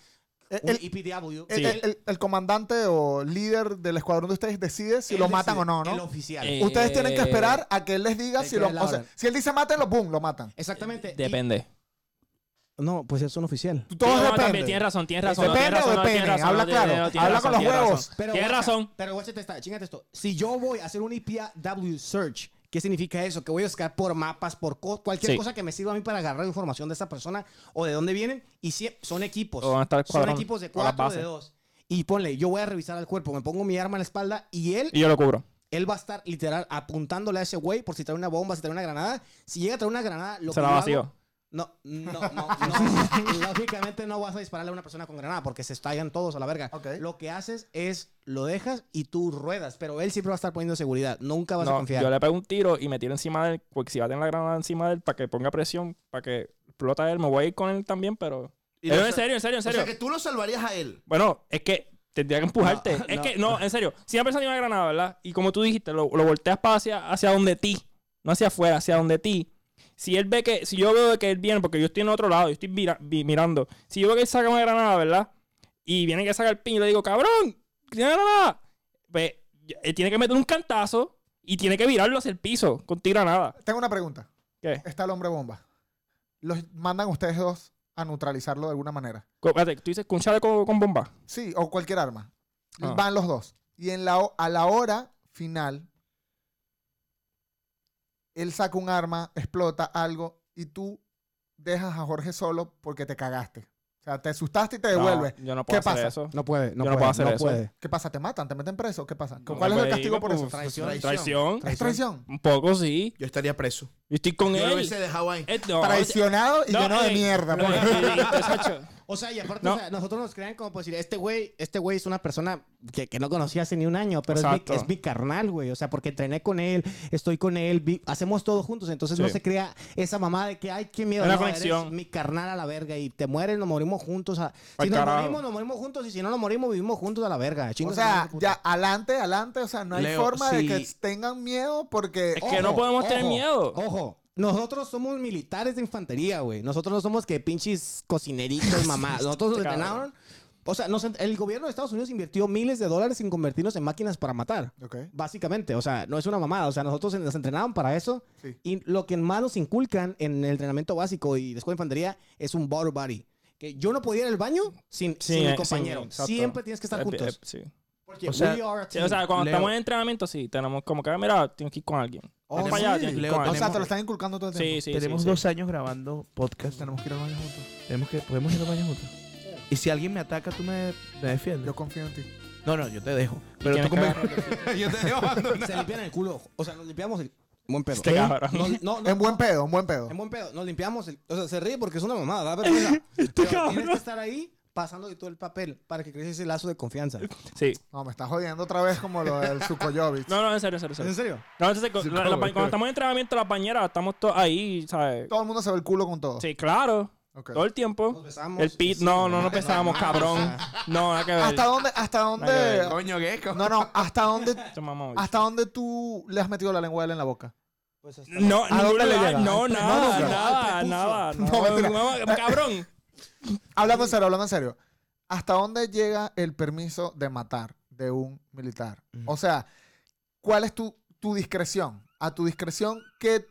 Speaker 2: un E
Speaker 4: el-
Speaker 2: EPW.
Speaker 4: El, el- el- el comandante o líder del escuadrón de ustedes decide si
Speaker 2: él
Speaker 4: lo matan
Speaker 2: decide,
Speaker 4: o no,
Speaker 2: El
Speaker 4: ¿no?
Speaker 2: oficial.
Speaker 3: Eh,
Speaker 4: Ustedes tienen que esperar a que él les diga
Speaker 2: de
Speaker 4: si
Speaker 2: que
Speaker 4: lo...
Speaker 2: él la
Speaker 4: o sea,
Speaker 2: abra.
Speaker 4: si él dice mátenlo, boom, lo matan.
Speaker 2: Exactamente. Y-
Speaker 3: Depende.
Speaker 2: No, pues es un oficial.
Speaker 4: Todo
Speaker 3: Sí, no,
Speaker 4: depende.
Speaker 3: también, tienes razón, tienes razón.
Speaker 4: Depende
Speaker 3: no, tienes
Speaker 4: o
Speaker 3: razón, no, tienes
Speaker 4: depende,
Speaker 3: razón,
Speaker 4: habla
Speaker 3: no, tienes-
Speaker 4: claro,
Speaker 3: no, tienes
Speaker 4: habla con los
Speaker 3: tienes
Speaker 4: huevos.
Speaker 3: razón. Tienes
Speaker 2: guacha,
Speaker 3: razón.
Speaker 2: Pero guáchate esta, chingate esto. Si yo voy a hacer un IPW search, ¿qué significa eso? Que voy a buscar por mapas, por co- cualquier
Speaker 3: Sí.
Speaker 2: cosa que me sirva a mí para agarrar información de esa persona o de dónde vienen. Y si son equipos.
Speaker 3: O van a estar
Speaker 2: son
Speaker 3: cuadrón,
Speaker 2: equipos de
Speaker 3: o las
Speaker 2: cuatro, de
Speaker 3: bases.
Speaker 2: dos. Y ponle, yo voy a revisar al cuerpo, me pongo mi arma en la espalda y él
Speaker 3: Y yo lo cubro.
Speaker 2: Él va a estar literal apuntándole a ese güey por si trae una bomba, si trae una granada. Si llega a traer una granada, lo
Speaker 3: Se
Speaker 2: que
Speaker 3: la
Speaker 2: yo
Speaker 3: vacío.
Speaker 2: hago- No, no, *laughs* no, no. Lógicamente no vas a dispararle a una persona con granada porque se estallan todos a la verga.
Speaker 4: Ok.
Speaker 2: Lo que haces es lo dejas y tú ruedas, pero él siempre va a estar poniendo seguridad. Nunca vas a
Speaker 3: No,
Speaker 2: confiar.
Speaker 3: yo le pego un tiro y me tiro encima de él. Porque si va a tener la granada encima de él, para que ponga presión, para que explota él, me voy a ir con él también, pero.
Speaker 1: Y
Speaker 3: Eh,
Speaker 1: lo
Speaker 3: no, en
Speaker 1: sa-
Speaker 3: serio, en serio, en
Speaker 1: O
Speaker 3: serio.
Speaker 1: sea, que tú lo salvarías a él.
Speaker 3: Bueno, es que tendría que empujarte.
Speaker 2: No,
Speaker 3: es
Speaker 2: no.
Speaker 3: que, no, en serio. Si una persona tiene una granada, ¿verdad? Y como tú dijiste, lo, lo volteas para hacia, hacia donde ti. No hacia afuera, hacia donde ti. Si él ve que, si yo veo que él viene, porque yo estoy en otro lado, yo estoy mira- vi- mirando. Si yo veo que él saca una granada, ¿verdad? Y viene que saca el pin y le digo, cabrón, tiene granada. Pues, él tiene que meter un cantazo y tiene que virarlo hacia el piso con tu granada.
Speaker 4: Tengo una pregunta.
Speaker 3: ¿Qué?
Speaker 4: Está el hombre bomba. Los mandan ustedes dos a neutralizarlo de alguna manera.
Speaker 3: Co- espérate, tú dices, con chaleco con, bomba.
Speaker 4: Sí, o cualquier arma.
Speaker 3: Ah.
Speaker 4: Van los dos. Y en la, ho- a la hora final, él saca un arma, explota algo y tú dejas a Jorge solo porque te cagaste. O sea, te asustaste y te devuelves.
Speaker 3: No, yo no puedo
Speaker 4: ¿Qué
Speaker 3: hacer
Speaker 4: pasa?
Speaker 3: eso.
Speaker 2: no puede, no
Speaker 3: yo no
Speaker 2: puede,
Speaker 3: puedo hacer
Speaker 2: no
Speaker 3: eso.
Speaker 2: puede.
Speaker 4: ¿Qué pasa? ¿Te matan? ¿Te meten
Speaker 3: pues,
Speaker 4: preso?
Speaker 3: Yo estoy con
Speaker 1: Yo
Speaker 3: él.
Speaker 1: lo hubiese dejado ahí.
Speaker 3: Eh, no,
Speaker 4: Traicionado y
Speaker 3: no,
Speaker 4: lleno de
Speaker 3: eh,
Speaker 4: mierda.
Speaker 3: no,
Speaker 4: pues.
Speaker 3: eh, eh, exacto.
Speaker 2: O sea, y aparte,
Speaker 3: No.
Speaker 2: o sea, nosotros nos crean como pues decir, este güey, este güey es una persona que, que no conocí hace ni un año, pero es
Speaker 3: Exacto.
Speaker 2: mi, es mi carnal, güey. O sea, porque entrené con él, estoy con él, vi- hacemos todo juntos. Entonces no
Speaker 3: Sí.
Speaker 2: se crea esa mamá de que, ay, qué miedo.
Speaker 3: Una
Speaker 2: no, eres
Speaker 3: conexión.
Speaker 2: mi carnal a la verga y te mueres, nos morimos juntos. a-
Speaker 3: Al
Speaker 2: Si nos
Speaker 3: carajo.
Speaker 2: morimos, nos morimos juntos y si no nos morimos, vivimos juntos a la verga. Chinga
Speaker 4: O
Speaker 2: su
Speaker 4: sea,
Speaker 2: madre, puta.
Speaker 4: ya adelante, adelante. O sea, no hay
Speaker 1: Leo,
Speaker 4: forma de que
Speaker 1: sí.
Speaker 4: tengan miedo porque.
Speaker 3: Es que no podemos tener miedo.
Speaker 2: Ojo, nosotros somos militares de infantería, güey. Nosotros no somos que pinches cocineritos,
Speaker 3: *laughs*
Speaker 2: mamá. Nosotros nos
Speaker 3: Cabrón.
Speaker 2: entrenaron. O sea, nos en- el gobierno de Estados Unidos invirtió miles de dólares en convertirnos en máquinas para matar.
Speaker 4: oh. Ok.
Speaker 2: Básicamente, o sea, no es una mamada. O sea, nosotros en- nos entrenaron para eso.
Speaker 4: Sí.
Speaker 2: Y lo que más nos inculcan en el entrenamiento básico y después de infantería es un water body. Que yo no podía ir al baño sin,
Speaker 3: Sí,
Speaker 2: sin
Speaker 3: eh,
Speaker 2: mi
Speaker 3: sí,
Speaker 2: compañero.
Speaker 3: exacto.
Speaker 2: Siempre tienes que estar
Speaker 3: Eh,
Speaker 2: juntos.
Speaker 3: eh, sí.
Speaker 2: Porque
Speaker 1: o sea,
Speaker 2: we are a
Speaker 3: Sí, o sea,
Speaker 2: team.
Speaker 3: cuando
Speaker 1: Leo.
Speaker 3: estamos en entrenamiento, sí, tenemos como que, mira, tienes que ir con alguien.
Speaker 4: Oh,
Speaker 3: Vete
Speaker 1: sí.
Speaker 3: para allá, tienes que ir
Speaker 1: Leo,
Speaker 3: con
Speaker 4: O
Speaker 3: alguien.
Speaker 4: sea, te lo están inculcando todo el tiempo.
Speaker 3: Sí, sí,
Speaker 1: Tenemos
Speaker 3: sí, sí.
Speaker 1: dos años grabando podcast. Tenemos que ir al baño juntos. Tenemos que, podemos ir al baño juntos. Y si alguien me ataca, tú me, me defiendes.
Speaker 4: Yo confío en ti.
Speaker 1: No, no, yo te dejo. Pero
Speaker 3: tienes
Speaker 1: tú
Speaker 3: que
Speaker 1: me-
Speaker 4: Yo te dejo
Speaker 2: Se limpian el culo. O sea, nos limpiamos el. Buen pedo. ¿Eh?
Speaker 3: Este cabrón.
Speaker 2: Nos-
Speaker 3: *laughs*
Speaker 2: no, no,
Speaker 4: En buen pedo, en buen pedo.
Speaker 2: En buen pedo, nos limpiamos. el- o sea, se ríe porque es una mamada, da
Speaker 3: *laughs* Este
Speaker 2: vergüenza. Pero tienes que estar ahí pasando de todo el papel para que crees ese lazo de confianza.
Speaker 3: *laughs* Sí.
Speaker 4: No, me estás jodiendo otra vez como lo del Sukoyovic.
Speaker 3: No, no, en serio, en serio. en serio.
Speaker 2: ¿En serio?
Speaker 3: No, entonces, cu- la- la ba- cuando estamos en entrenamiento, las bañeras, estamos todos ahí, ¿sabes?
Speaker 4: Todo el mundo se ve el culo con todo.
Speaker 3: Sí, claro.
Speaker 4: Ok.
Speaker 3: Todo el tiempo.
Speaker 2: Nos besamos. este,
Speaker 3: El pit, no, no nos pesábamos, cabrón. No, nada que ver.
Speaker 4: ¿Hasta dónde? ¿Hasta
Speaker 3: Vale,
Speaker 4: dónde?
Speaker 1: Coño, ¿qué?
Speaker 4: No, no, ¿hasta dónde?
Speaker 3: Este mamón.
Speaker 4: ¿Hasta dónde tú le has metido la lengua a él en la boca?
Speaker 2: Pues hasta-
Speaker 3: No,
Speaker 4: ¿A dónde
Speaker 3: ningún
Speaker 4: le
Speaker 3: lugar,
Speaker 4: llega?
Speaker 3: No,
Speaker 4: Al pre-
Speaker 3: nada,
Speaker 4: no, nunca.
Speaker 3: nada,
Speaker 4: Al
Speaker 3: nada.
Speaker 4: prepucio.
Speaker 3: no,
Speaker 4: No, mentira.
Speaker 3: mamá, cabrón.
Speaker 4: Hablando en serio, hablando en serio. ¿Hasta dónde llega el permiso de matar de un militar? O sea, ¿cuál es tu, tu discreción? A tu discreción, ¿qué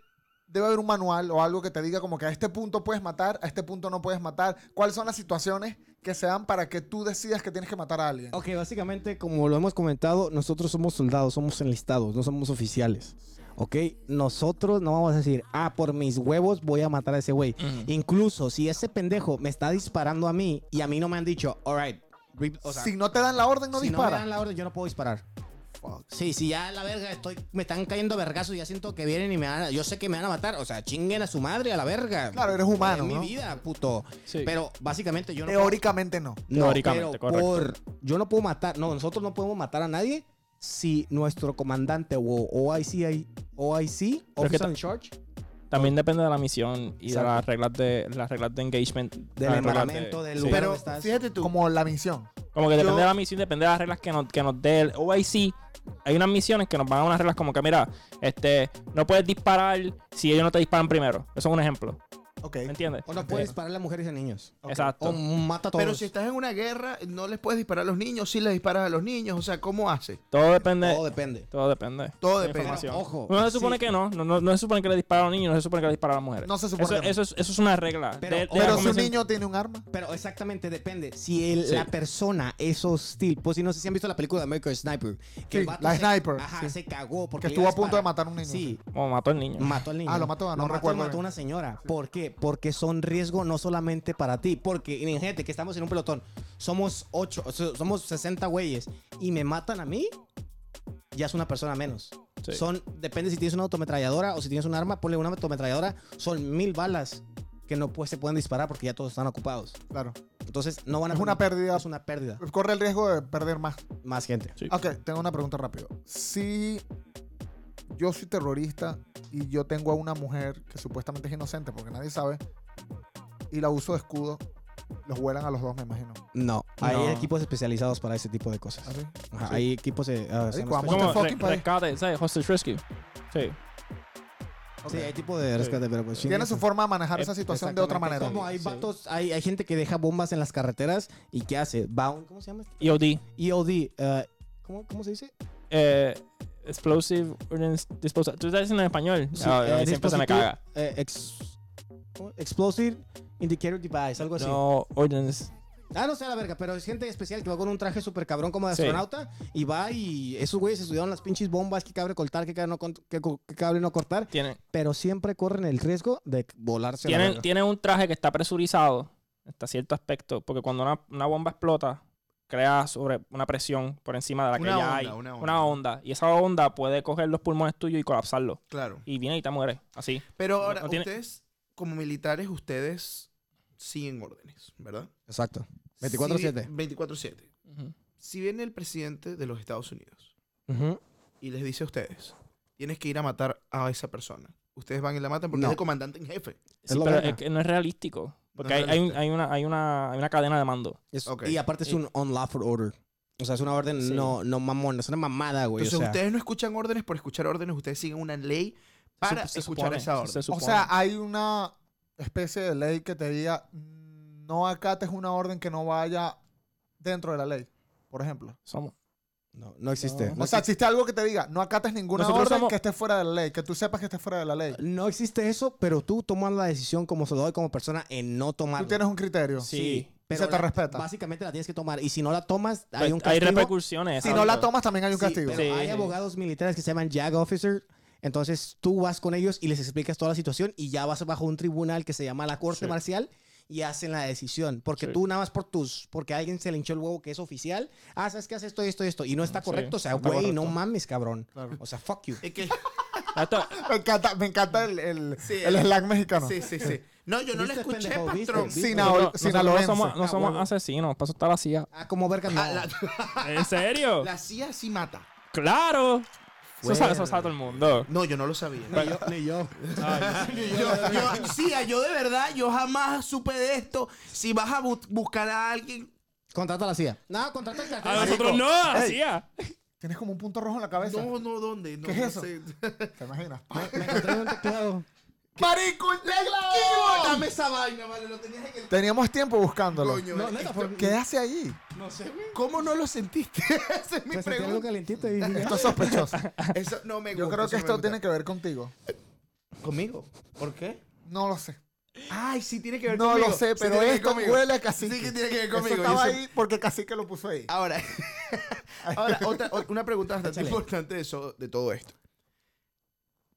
Speaker 4: debe haber un manual o algo que te diga como que a este punto puedes matar, a este punto no puedes matar? ¿Cuáles son las situaciones que se dan para que tú decidas que tienes que matar a alguien?
Speaker 2: Ok, básicamente, como lo hemos comentado, nosotros somos soldados, somos enlistados, no somos oficiales. Ok, nosotros no vamos a decir, ah, por mis huevos voy a matar a ese güey.
Speaker 3: Mm.
Speaker 2: Incluso si ese pendejo me está disparando a mí y a mí no me han dicho, alright, o sea,
Speaker 4: si no te dan la orden, no
Speaker 2: si no me
Speaker 4: dispara.
Speaker 2: dan la orden, yo no puedo disparar. Sí, sí, ya la verga, estoy, me están cayendo vergazos, ya siento que vienen y me van a, yo sé que me van a matar, o sea, chinguen a su madre, a la verga.
Speaker 4: Claro, eres humano,
Speaker 2: Es mi
Speaker 4: ¿no?
Speaker 2: vida, puto.
Speaker 3: Sí.
Speaker 2: Pero básicamente yo no puedo-
Speaker 4: Teóricamente no.
Speaker 2: no,
Speaker 3: Teóricamente,
Speaker 2: pero
Speaker 3: correcto.
Speaker 2: por- yo no puedo matar, no, nosotros no podemos matar a nadie si nuestro comandante o OIC, ahí- OIC, Officer
Speaker 3: ta-
Speaker 2: in Charge,
Speaker 3: También depende de la misión y de
Speaker 2: Exacto.
Speaker 3: las reglas de las reglas de engagement.
Speaker 2: del
Speaker 3: las reglas de-
Speaker 2: armamento, del
Speaker 3: sí.
Speaker 2: lugar
Speaker 1: Pero
Speaker 2: donde estás.
Speaker 1: fíjate tú.
Speaker 4: Como la misión.
Speaker 3: Como que depende
Speaker 1: Yo-
Speaker 3: de la misión, depende de las reglas que nos, que nos dé el OIC. Hay unas misiones que nos van a unas reglas como que, mira, este, no puedes disparar si ellos no te disparan primero. Eso es un ejemplo.
Speaker 4: Ok. pues,
Speaker 3: ¿Me entiendes?
Speaker 2: o no puedes dispararle a mujeres y a niños.
Speaker 3: Exacto.
Speaker 2: O mata a todos.
Speaker 1: Pero si estás en una guerra, no les puedes disparar a los niños, sí les disparas a los niños. O sea, ¿cómo hace?
Speaker 3: Todo depende.
Speaker 2: Todo depende.
Speaker 3: Todo depende.
Speaker 1: Todo
Speaker 3: de la
Speaker 1: depende.
Speaker 3: información.
Speaker 2: Pero, ojo,
Speaker 3: No se
Speaker 2: sí.
Speaker 3: supone que no. No, no. no se supone que le dispara a los niños, no se supone que le dispara a las mujeres.
Speaker 4: No se supone
Speaker 3: Eso,
Speaker 4: que no.
Speaker 3: eso, es, eso es una regla.
Speaker 2: Pero-
Speaker 3: de- de la
Speaker 4: Pero si un
Speaker 3: convención.
Speaker 4: niño tiene un arma.
Speaker 2: Pero exactamente depende. Si el-
Speaker 3: Sí.
Speaker 2: la persona es hostil, pues si no sé si han visto la película de American Sniper.
Speaker 4: Sí,
Speaker 2: Que el vato
Speaker 4: la
Speaker 2: se-
Speaker 4: Sniper,
Speaker 2: Ajá,
Speaker 4: sí.
Speaker 2: se cagó porque
Speaker 4: Que
Speaker 2: le
Speaker 4: estuvo
Speaker 2: iba
Speaker 4: a punto de
Speaker 2: disparar.
Speaker 4: matar a un niño,
Speaker 2: Sí,
Speaker 3: Como mató al niño.
Speaker 2: mató al niño.
Speaker 4: Ah, lo mató, no
Speaker 2: mató,
Speaker 4: recuerdo
Speaker 2: mató
Speaker 4: bien.
Speaker 2: a una señora. ¿Por qué? Porque son riesgo no solamente para ti. Porque, y, gente, que estamos en un pelotón. Somos ocho, o sea, somos 60 güeyes. Y me matan a mí, ya es una persona menos.
Speaker 3: Sí.
Speaker 2: Son, depende si tienes una autometralladora o si tienes un arma, ponle una autometralladora, son mil balas que no pues, se pueden disparar porque ya todos están ocupados.
Speaker 4: Claro.
Speaker 2: Entonces no van a
Speaker 4: Es una
Speaker 2: permitir-
Speaker 4: pérdida.
Speaker 2: Es una pérdida.
Speaker 4: Corre el riesgo de perder más.
Speaker 2: Más gente.
Speaker 3: Sí.
Speaker 4: Ok, tengo una pregunta rápido. Si yo soy terrorista y yo tengo a una mujer que supuestamente es inocente porque nadie sabe y la uso de escudo, los vuelan a los dos, me imagino.
Speaker 2: No, hay
Speaker 3: No.
Speaker 2: equipos especializados para ese tipo de cosas.
Speaker 4: ¿Así?
Speaker 2: Ajá,
Speaker 4: Sí.
Speaker 2: Hay equipos. eh, ah,
Speaker 4: Marico,
Speaker 2: se llama
Speaker 4: vamos
Speaker 3: Como
Speaker 4: What the
Speaker 3: re-
Speaker 4: fucking party?
Speaker 3: rescate, ¿sabes? Hostage rescue. Sí.
Speaker 2: special- Sí, hay tipo de rescate, pero pues.
Speaker 4: Tiene su forma de manejar esa situación de otra manera.
Speaker 2: Como hay
Speaker 3: Sí.
Speaker 2: vatos, hay, hay gente que deja bombas en las carreteras y ¿qué hace? Va a un- ¿Cómo se llama? este?
Speaker 3: EOD.
Speaker 2: EOD. eh, ¿cómo, ¿Cómo se dice?
Speaker 3: Eh, explosive Ordnance Disposal. Tú estás diciendo en español. Ah,
Speaker 2: eh,
Speaker 3: siempre se me
Speaker 2: dispositivo,
Speaker 3: caga.
Speaker 2: eh, ex- ¿cómo? Explosive Indicator Device, algo así.
Speaker 3: No, Ordnance.
Speaker 2: Ah, no sé a la verga, pero es gente especial que va con un traje súper cabrón como de
Speaker 3: Sí.
Speaker 2: astronauta y va y esos güeyes estudiaron las pinches bombas, que cabre cortar, que cabre no, con- qué co- qué cable no cortar,
Speaker 3: Tienen,
Speaker 2: pero siempre corren el riesgo de volarse. a la
Speaker 3: tienen,
Speaker 2: verga.
Speaker 3: tienen un traje que está presurizado hasta cierto aspecto. Porque cuando una, una bomba explota, crea sobre una presión por encima de la que
Speaker 1: Una
Speaker 3: ya
Speaker 1: onda,
Speaker 3: hay.
Speaker 1: una onda.
Speaker 3: onda. Y esa onda puede coger los pulmones tuyos y colapsarlos.
Speaker 1: Claro.
Speaker 3: Y viene y te mueres. Así.
Speaker 1: Pero
Speaker 3: No-
Speaker 1: ahora,
Speaker 3: no tiene-
Speaker 1: ustedes, como militares, ustedes siguen órdenes, ¿verdad?
Speaker 2: Exacto.
Speaker 1: Si-
Speaker 2: 24/7.
Speaker 1: 24-7. Si viene el presidente de los Estados Unidos
Speaker 2: Ujú.
Speaker 1: y les dice a ustedes, tienes que ir a matar a esa persona. Ustedes van y la matan porque
Speaker 2: No.
Speaker 1: es el comandante en jefe.
Speaker 3: Sí,
Speaker 2: Es lo
Speaker 3: pero
Speaker 2: verga.
Speaker 3: es que no es realístico. Porque
Speaker 1: No es
Speaker 3: hay, hay un-
Speaker 1: realista.
Speaker 3: hay una, hay, una, hay una cadena de mando.
Speaker 2: Es-
Speaker 1: Ok.
Speaker 2: Y aparte es un unlawful order. O sea, es una orden
Speaker 3: Sí.
Speaker 2: no, no mamón, es una mamada,
Speaker 4: pues,
Speaker 2: güey. o
Speaker 1: Entonces
Speaker 2: sea.
Speaker 1: ustedes no escuchan órdenes por escuchar órdenes, ustedes siguen una ley para
Speaker 4: pues,
Speaker 3: Sup- se
Speaker 1: escuchar
Speaker 3: supone,
Speaker 1: esa
Speaker 3: se-
Speaker 1: orden.
Speaker 3: se
Speaker 4: O
Speaker 3: supone.
Speaker 4: sea, hay una especie de ley que te diga no acates una orden que no vaya dentro de la ley, por ejemplo.
Speaker 3: Somos-
Speaker 2: No, no existe. No,
Speaker 4: o sea,
Speaker 2: existe.
Speaker 4: existe algo que te diga no acates ninguna
Speaker 3: Nosotros
Speaker 4: orden
Speaker 3: somos-
Speaker 4: que esté fuera de la ley, que tú sepas que esté fuera de la ley.
Speaker 2: No existe eso, pero tú tomas la decisión como soldado y como persona en no
Speaker 4: Tú
Speaker 2: tomarla.
Speaker 4: tienes un criterio.
Speaker 3: Sí.
Speaker 4: y se te
Speaker 2: la-
Speaker 4: respeta.
Speaker 2: Básicamente la tienes que tomar. Y si no la tomas, hay
Speaker 3: Pues,
Speaker 2: un
Speaker 3: hay
Speaker 2: castigo.
Speaker 3: repercusiones.
Speaker 4: Si no la
Speaker 3: exacto.
Speaker 4: tomas, también hay un
Speaker 2: Sí,
Speaker 4: castigo.
Speaker 2: pero
Speaker 3: Sí,
Speaker 2: hay
Speaker 3: sí.
Speaker 2: abogados militares que se llaman JAG Officer. Entonces tú vas con ellos y les explicas toda la situación y ya vas bajo un tribunal que se llama la Corte
Speaker 3: Sí.
Speaker 2: Marcial y hacen la decisión. Porque
Speaker 3: Sí.
Speaker 2: tú nada más por tus, porque alguien se le hinchó el huevo que es oficial, ah, sabes que haces esto, esto, esto. Y no está
Speaker 3: Sí,
Speaker 2: correcto. O sea,
Speaker 3: no está
Speaker 2: güey, no
Speaker 3: correcto.
Speaker 2: mames, cabrón. O sea, fuck you.
Speaker 1: Es
Speaker 4: *laughs*
Speaker 1: que-
Speaker 3: Esto-
Speaker 4: Me encanta, me encanta el, el,
Speaker 1: Sí,
Speaker 4: el
Speaker 1: el-
Speaker 4: slang mexicano.
Speaker 1: sí, sí, sí. No, yo no la
Speaker 2: ¿Viste,
Speaker 1: escuché,
Speaker 2: pendejo? ¿Viste?
Speaker 1: patrón.
Speaker 2: ¿Viste?
Speaker 4: Sin
Speaker 3: nosotros-
Speaker 4: ahol-
Speaker 3: nosotros
Speaker 4: sin
Speaker 3: no
Speaker 4: aloense.
Speaker 3: somos, no
Speaker 2: Ah,
Speaker 3: somos
Speaker 2: huevo.
Speaker 3: asesinos. Para eso está la CIA.
Speaker 2: Ah, como verga, no.
Speaker 1: Ah,
Speaker 2: *laughs*
Speaker 1: la,
Speaker 4: *laughs*
Speaker 3: ¿En serio?
Speaker 1: la CIA sí mata.
Speaker 3: ¡Claro! Eso sabe,
Speaker 2: Bueno.
Speaker 3: eso sabe todo el mundo.
Speaker 1: No, yo no lo sabía.
Speaker 2: Ni yo, ni yo.
Speaker 1: Yo, yo, sí, yo de verdad, yo jamás supe de esto. Si vas a bu- buscar a alguien,
Speaker 2: Contrata a la CIA. No, contrata al cartel.
Speaker 3: A nosotros no, a la CIA.
Speaker 4: Tienes como un punto rojo en la cabeza.
Speaker 1: no, no, ¿dónde? No,
Speaker 4: ¿Qué es
Speaker 1: no
Speaker 4: eso?
Speaker 1: sé.
Speaker 4: ¿Te imaginas?
Speaker 2: Me encontré un teclado.
Speaker 4: ¡Marico, el
Speaker 1: ¡Oh,
Speaker 4: teclado!
Speaker 1: *laughs* dame esa vaina, vale, lo tenías en el
Speaker 4: Teníamos tiempo buscándolo.
Speaker 1: coño.
Speaker 2: No,
Speaker 1: vale.
Speaker 2: neta, fue-
Speaker 4: ¿Qué hace ahí?
Speaker 1: ¿Cómo no lo
Speaker 4: *laughs*
Speaker 1: sentiste? Esa es *laughs* mi
Speaker 2: me sentí algo
Speaker 1: pregunta.
Speaker 2: calentito y dije,
Speaker 4: Esto es
Speaker 1: *laughs*
Speaker 4: sospechoso.
Speaker 1: Eso no me
Speaker 4: Yo
Speaker 1: gusta,
Speaker 4: creo que
Speaker 1: eso
Speaker 4: esto
Speaker 1: no me
Speaker 4: tiene
Speaker 1: gusta.
Speaker 4: que ver contigo.
Speaker 1: ¿Conmigo? ¿Por qué?
Speaker 4: No lo sé.
Speaker 1: Ay, sí tiene que ver
Speaker 4: No
Speaker 1: conmigo.
Speaker 4: lo sé,
Speaker 1: Sí
Speaker 4: pero
Speaker 1: tiene que ver
Speaker 4: esto
Speaker 1: conmigo.
Speaker 4: huele a cacique.
Speaker 1: Sí que tiene que ver
Speaker 4: Eso
Speaker 1: conmigo.
Speaker 4: estaba
Speaker 1: yo sé.
Speaker 4: ahí porque cacique lo puso ahí.
Speaker 1: Ahora, *laughs*
Speaker 2: *laughs*
Speaker 1: ahora otra- o- una pregunta bastante
Speaker 2: Échale.
Speaker 1: importante de, eso, de todo esto.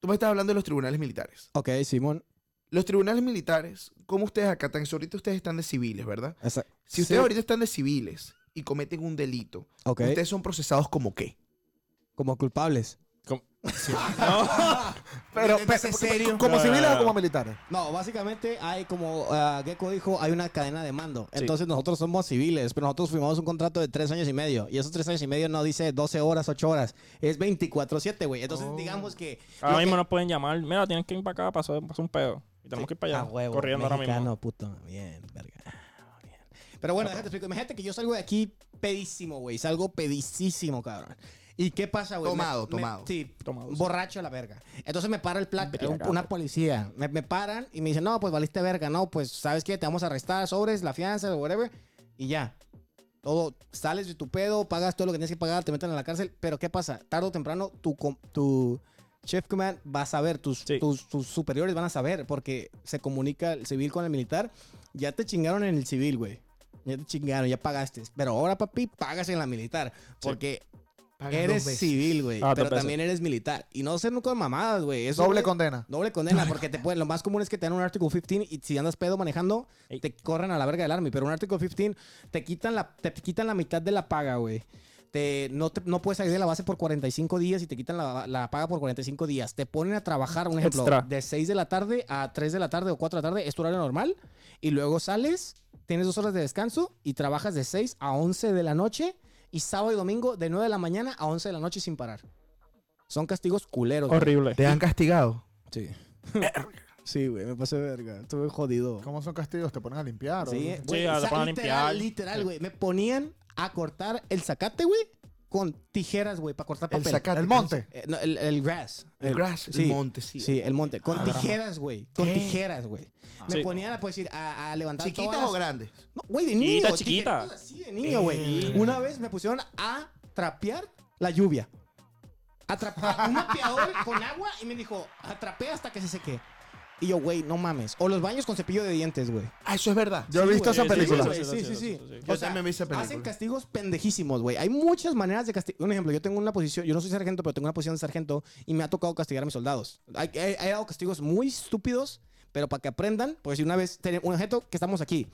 Speaker 1: Tú me estás hablando de los tribunales militares.
Speaker 2: Ok, Simón.
Speaker 1: Los tribunales militares, ¿cómo ustedes acatan eso? Ahorita ustedes están de civiles, ¿verdad?
Speaker 2: Esa-
Speaker 1: Si ustedes
Speaker 2: Sí.
Speaker 1: ahorita están de civiles y cometen un delito,
Speaker 2: Ok,
Speaker 1: ¿ustedes son procesados como qué?
Speaker 2: como culpables.
Speaker 4: Pero,
Speaker 1: ¿Es
Speaker 4: pero-
Speaker 1: serio?
Speaker 4: ¿como
Speaker 3: No, no,
Speaker 4: civiles
Speaker 3: no,
Speaker 4: o
Speaker 3: no.
Speaker 4: como militares?
Speaker 2: No, básicamente hay, como ah, Gecko dijo, hay una cadena de mando.
Speaker 3: Sí.
Speaker 2: Entonces nosotros somos civiles, pero nosotros firmamos un contrato de tres años y medio. Y esos tres años y medio no dice 12 horas, 8 horas. Es 24-7, güey. Entonces digamos que...
Speaker 3: Ahora
Speaker 2: lo
Speaker 3: mismo
Speaker 2: que-
Speaker 3: nos pueden llamar. Mira, tienes que ir para acá, pasó, pasó un pedo. Y tenemos que ir para
Speaker 2: A
Speaker 3: allá.
Speaker 2: huevo,
Speaker 3: corriendo ahora
Speaker 2: mexicano,
Speaker 3: mismo.
Speaker 2: puto. Bien, verga. Bien. Pero bueno, déjate explico. Imagínate que yo salgo de aquí pedísimo, güey. Salgo pedicísimo, cabrón. ¿Y qué pasa, güey?
Speaker 1: Tomado,
Speaker 2: Me-
Speaker 1: tomado.
Speaker 2: me- sí,
Speaker 3: Tomado, sí.
Speaker 2: borracho a la verga. Entonces me para el plat,
Speaker 3: Verga,
Speaker 2: un-
Speaker 3: cabrón.
Speaker 2: una policía. Me, me paran y me dicen, no, pues valiste verga. No, pues, ¿sabes qué? Te vamos a arrestar, sobres, la fianza, whatever. Y ya. Todo, sales de tu pedo, pagas todo lo que tienes que pagar, te meten a la cárcel. Pero ¿qué pasa? Tarde o temprano, tu, com- tu chef command va a saber, tus,
Speaker 3: Sí.
Speaker 2: tus, tus superiores van a saber, porque se comunica el civil con el militar. Ya te chingaron en el civil, güey. Ya te chingaron, ya pagaste. Pero ahora, papi, pagas en la militar. Porque eres civil, güey.
Speaker 3: Ah, dos
Speaker 2: pero
Speaker 3: veces.
Speaker 2: también eres militar. Y no ser nunca mamadas, güey. Eso,
Speaker 4: Doble
Speaker 2: güey,
Speaker 4: condena.
Speaker 2: Doble condena, porque te pueden, lo más común es que te dan un Article 15 y si andas pedo manejando,
Speaker 3: Ey.
Speaker 2: te corren a la verga del Army. Pero un Article 15 te quitan la, te quitan la mitad de la paga, güey. Te, no, te- no puedes salir de la base por 45 días y te quitan la, la paga por 45 días. Te ponen a trabajar, un ejemplo,
Speaker 3: Extra.
Speaker 2: de 6 de la tarde a 3 de la tarde o 4 de la tarde, es tu horario normal. Y luego sales, tienes dos horas de descanso y trabajas de 6 a 11 de la noche. Y sábado y domingo de 9 de la mañana a 11 de la noche sin parar. Son castigos culeros. güey.
Speaker 3: Horrible.
Speaker 1: ¿Te han castigado?
Speaker 2: Sí. sí, güey, me pasé verga. Estuve jodido.
Speaker 4: ¿Cómo son castigos? ¿Te ponen a limpiar? o-
Speaker 2: Sí, güey,
Speaker 3: Sí,
Speaker 2: o
Speaker 3: te
Speaker 2: sea,
Speaker 3: ponen a
Speaker 2: literal,
Speaker 3: limpiar.
Speaker 2: literal, güey. Me ponían a cortar el zacate, güey, con tijeras, güey, para cortar
Speaker 1: El
Speaker 2: papel.
Speaker 1: sacate.
Speaker 4: El monte.
Speaker 2: Eh, no, el, el grass.
Speaker 1: El grass, Ah. el
Speaker 2: sí,
Speaker 1: monte, sí.
Speaker 2: Sí, el monte. Con tijeras, güey. Con
Speaker 1: ¿Qué?
Speaker 2: tijeras, güey. Me
Speaker 3: Sí.
Speaker 2: ponían a, pues, ir a, a levantar
Speaker 1: ¿Chiquitas
Speaker 2: todas
Speaker 1: o grandes?
Speaker 2: no, güey, de niño.
Speaker 3: Chiquita,
Speaker 2: chiquita.
Speaker 3: chiquita.
Speaker 2: Sí, de niño, güey. Una vez me pusieron a trapear la lluvia. Atrapar un mapeador *laughs* con agua y me dijo, atrapé hasta que se seque. Y yo, güey, no mames. O los baños con cepillo de dientes, güey.
Speaker 1: Ah, eso es verdad.
Speaker 4: Yo he visto
Speaker 3: güey,
Speaker 4: esa
Speaker 3: sí,
Speaker 4: película.
Speaker 2: güey, Sí, sí, sí.
Speaker 1: Yo también vi esa
Speaker 2: Hacen
Speaker 1: película.
Speaker 2: castigos pendejísimos, güey. Hay muchas maneras de castigar. Un ejemplo, yo tengo una posición, yo no soy sargento, pero tengo una posición de sargento y me ha tocado castigar a mis soldados. Hay, hay- hay dado castigos muy estúpidos, pero para que aprendan, pues si una vez, ten- un objeto que estamos aquí,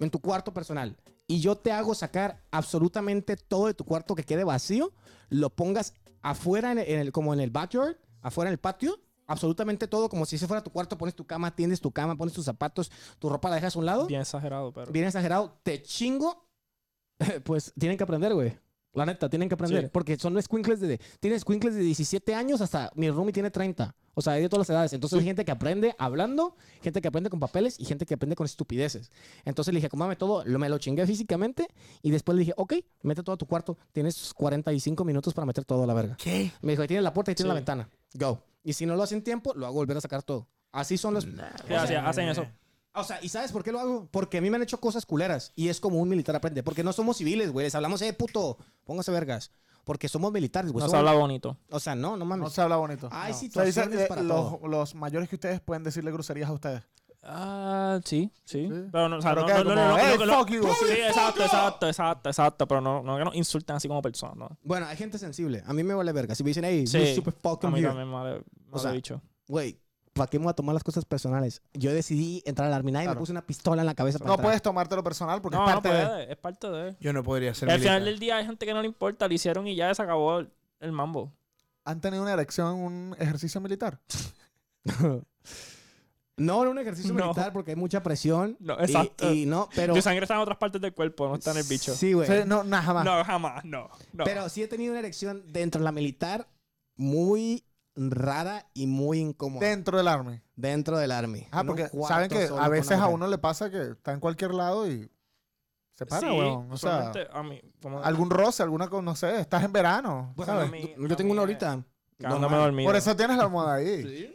Speaker 2: en tu cuarto personal, y yo te hago sacar absolutamente todo de tu cuarto que quede vacío, lo pongas afuera, en el, en el- como en el backyard, afuera en el patio, absolutamente todo, como si ese fuera tu cuarto, pones tu cama, tiendes tu cama, pones tus zapatos, tu ropa la dejas a un lado, bien,
Speaker 3: Bien exagerado, pero.
Speaker 2: exagerado, te chingo, *laughs* pues tienen que aprender, güey. La neta, tienen que aprender.
Speaker 3: Sí.
Speaker 2: Porque son squinkles de... Tienes squinkles de 17 años hasta... Mi roomie tiene 30. O sea, hay de todas las edades. Entonces hay gente que aprende hablando, gente que aprende con papeles y gente que aprende con estupideces. Entonces le dije, comame todo. Lo, me lo chingué físicamente y después le dije, ok, mete todo a tu cuarto. Tienes 45 minutos para meter todo a la verga.
Speaker 1: ¿Qué?
Speaker 2: Me dijo, ahí tienes la puerta, ahí tienes
Speaker 3: Sí.
Speaker 2: la ventana. Go. Y si no lo hacen tiempo, lo hago volver a sacar todo. Así son los...
Speaker 3: Sí, hacen- hacen eso.
Speaker 2: O sea, ¿y sabes por qué lo hago? Porque a mí me han hecho cosas culeras. Y es como un militar aprende. Porque no somos civiles, güey. Les hablamos, eh, puto, póngase vergas. Porque somos militares, güey.
Speaker 3: Nos
Speaker 2: Somos-
Speaker 3: habla bonito.
Speaker 2: O sea, no, no mames.
Speaker 4: No se habla bonito.
Speaker 2: Hay
Speaker 4: No.
Speaker 2: situaciones
Speaker 4: Se dice, eh,
Speaker 2: para
Speaker 4: los,
Speaker 2: todo.
Speaker 4: los mayores que ustedes pueden decirle groserías a ustedes.
Speaker 3: Ah, sí, sí.
Speaker 4: Sí.
Speaker 3: Pero no, o sea,
Speaker 4: Pero
Speaker 3: no,
Speaker 4: que
Speaker 3: no, no,
Speaker 4: como,
Speaker 3: no, no,
Speaker 4: "Hey,
Speaker 3: no, no".
Speaker 4: fuck you, así.
Speaker 3: Sí, exacto, exacto, exacto, exacto. Pero no, no que nos insultan así como personas, ¿no?
Speaker 2: Bueno, hay gente sensible. A mí me vale verga. Si me dicen, hey,
Speaker 3: Sí.
Speaker 2: you're super
Speaker 3: A
Speaker 2: fucking
Speaker 3: mí
Speaker 2: weird".
Speaker 3: también me ha
Speaker 2: O sea,
Speaker 3: dicho.
Speaker 2: Güey, ¿para qué me voy a tomar las cosas personales? Yo decidí entrar a la Armina y
Speaker 4: Claro.
Speaker 2: me puse una pistola en la cabeza para
Speaker 4: No
Speaker 2: entrar.
Speaker 4: puedes tomártelo personal porque
Speaker 3: No,
Speaker 4: es
Speaker 3: no
Speaker 4: parte de...
Speaker 3: puede, es parte de él.
Speaker 1: Yo no podría ser
Speaker 3: al final
Speaker 1: militar.
Speaker 3: del día hay gente que no le importa, lo hicieron y ya se acabó el, el mambo.
Speaker 4: ¿Han tenido una erección en un ejercicio militar?
Speaker 2: *laughs* No, era un ejercicio
Speaker 3: No.
Speaker 2: militar porque hay mucha presión.
Speaker 3: No,
Speaker 2: y-
Speaker 3: exacto.
Speaker 2: Y, no, pero...
Speaker 3: Tu sangre está en otras partes del cuerpo, no está en el bicho.
Speaker 2: Sí, güey.
Speaker 4: Sí, no, nada más.
Speaker 3: No, jamás, no. no.
Speaker 2: Pero sí he tenido una erección dentro de la militar muy rara y muy incómoda
Speaker 4: Dentro del army.
Speaker 2: dentro del army.
Speaker 4: Ah,
Speaker 2: En un
Speaker 4: porque
Speaker 2: cuarto
Speaker 4: saben que
Speaker 2: solo
Speaker 4: a
Speaker 2: con
Speaker 4: veces a
Speaker 2: una
Speaker 4: uno le pasa que está en cualquier lado y se para, weón. O sea,
Speaker 3: solamente a mí, como-
Speaker 4: algún roce, alguna cosa, no sé, estás en verano.
Speaker 2: mujer.
Speaker 4: ¿sabes?
Speaker 3: Pues a mí-
Speaker 2: Yo-
Speaker 3: a
Speaker 2: Yo tengo
Speaker 3: mí
Speaker 2: una
Speaker 3: me-
Speaker 2: ahorita.
Speaker 3: Quedándome
Speaker 2: Normal.
Speaker 3: dormido.
Speaker 4: Por eso tienes la almohada ahí.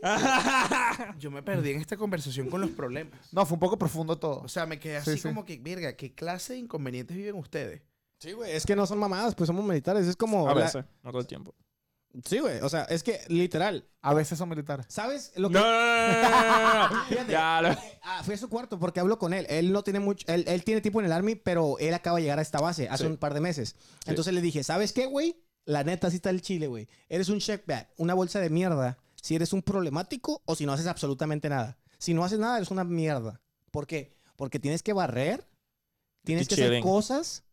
Speaker 1: Yo me perdí en esta conversación con los problemas.
Speaker 4: No, fue un poco profundo todo.
Speaker 1: O sea, me quedé
Speaker 4: Sí,
Speaker 1: así
Speaker 4: sí.
Speaker 1: como que, verga, ¿qué clase de inconvenientes viven ustedes?
Speaker 2: Sí, güey. Es que no son mamadas, pues somos militares. Es como.
Speaker 3: A
Speaker 2: la-
Speaker 3: veces, no todo el tiempo.
Speaker 2: Sí, güey. O sea, es que literal.
Speaker 4: A veces son militares.
Speaker 2: ¿Sabes lo
Speaker 3: No,
Speaker 2: que.?
Speaker 3: no, no, no, no, no.
Speaker 2: Fíjate.
Speaker 3: Ya, lo-
Speaker 2: Ah, fui a su cuarto porque hablo con él. Él no tiene mucho. Él, él tiene tiempo en el army, pero él acaba de llegar a esta base hace
Speaker 3: Sí.
Speaker 2: un par de meses. Entonces le dije, ¿sabes qué, güey? La neta, así está el chile, güey. Eres un checkback, una bolsa de mierda. Si eres un problemático o si no haces absolutamente nada. Si no haces nada, eres una mierda. ¿Por qué? Porque tienes que barrer, tienes
Speaker 3: Y
Speaker 2: que
Speaker 3: chilling.
Speaker 2: hacer cosas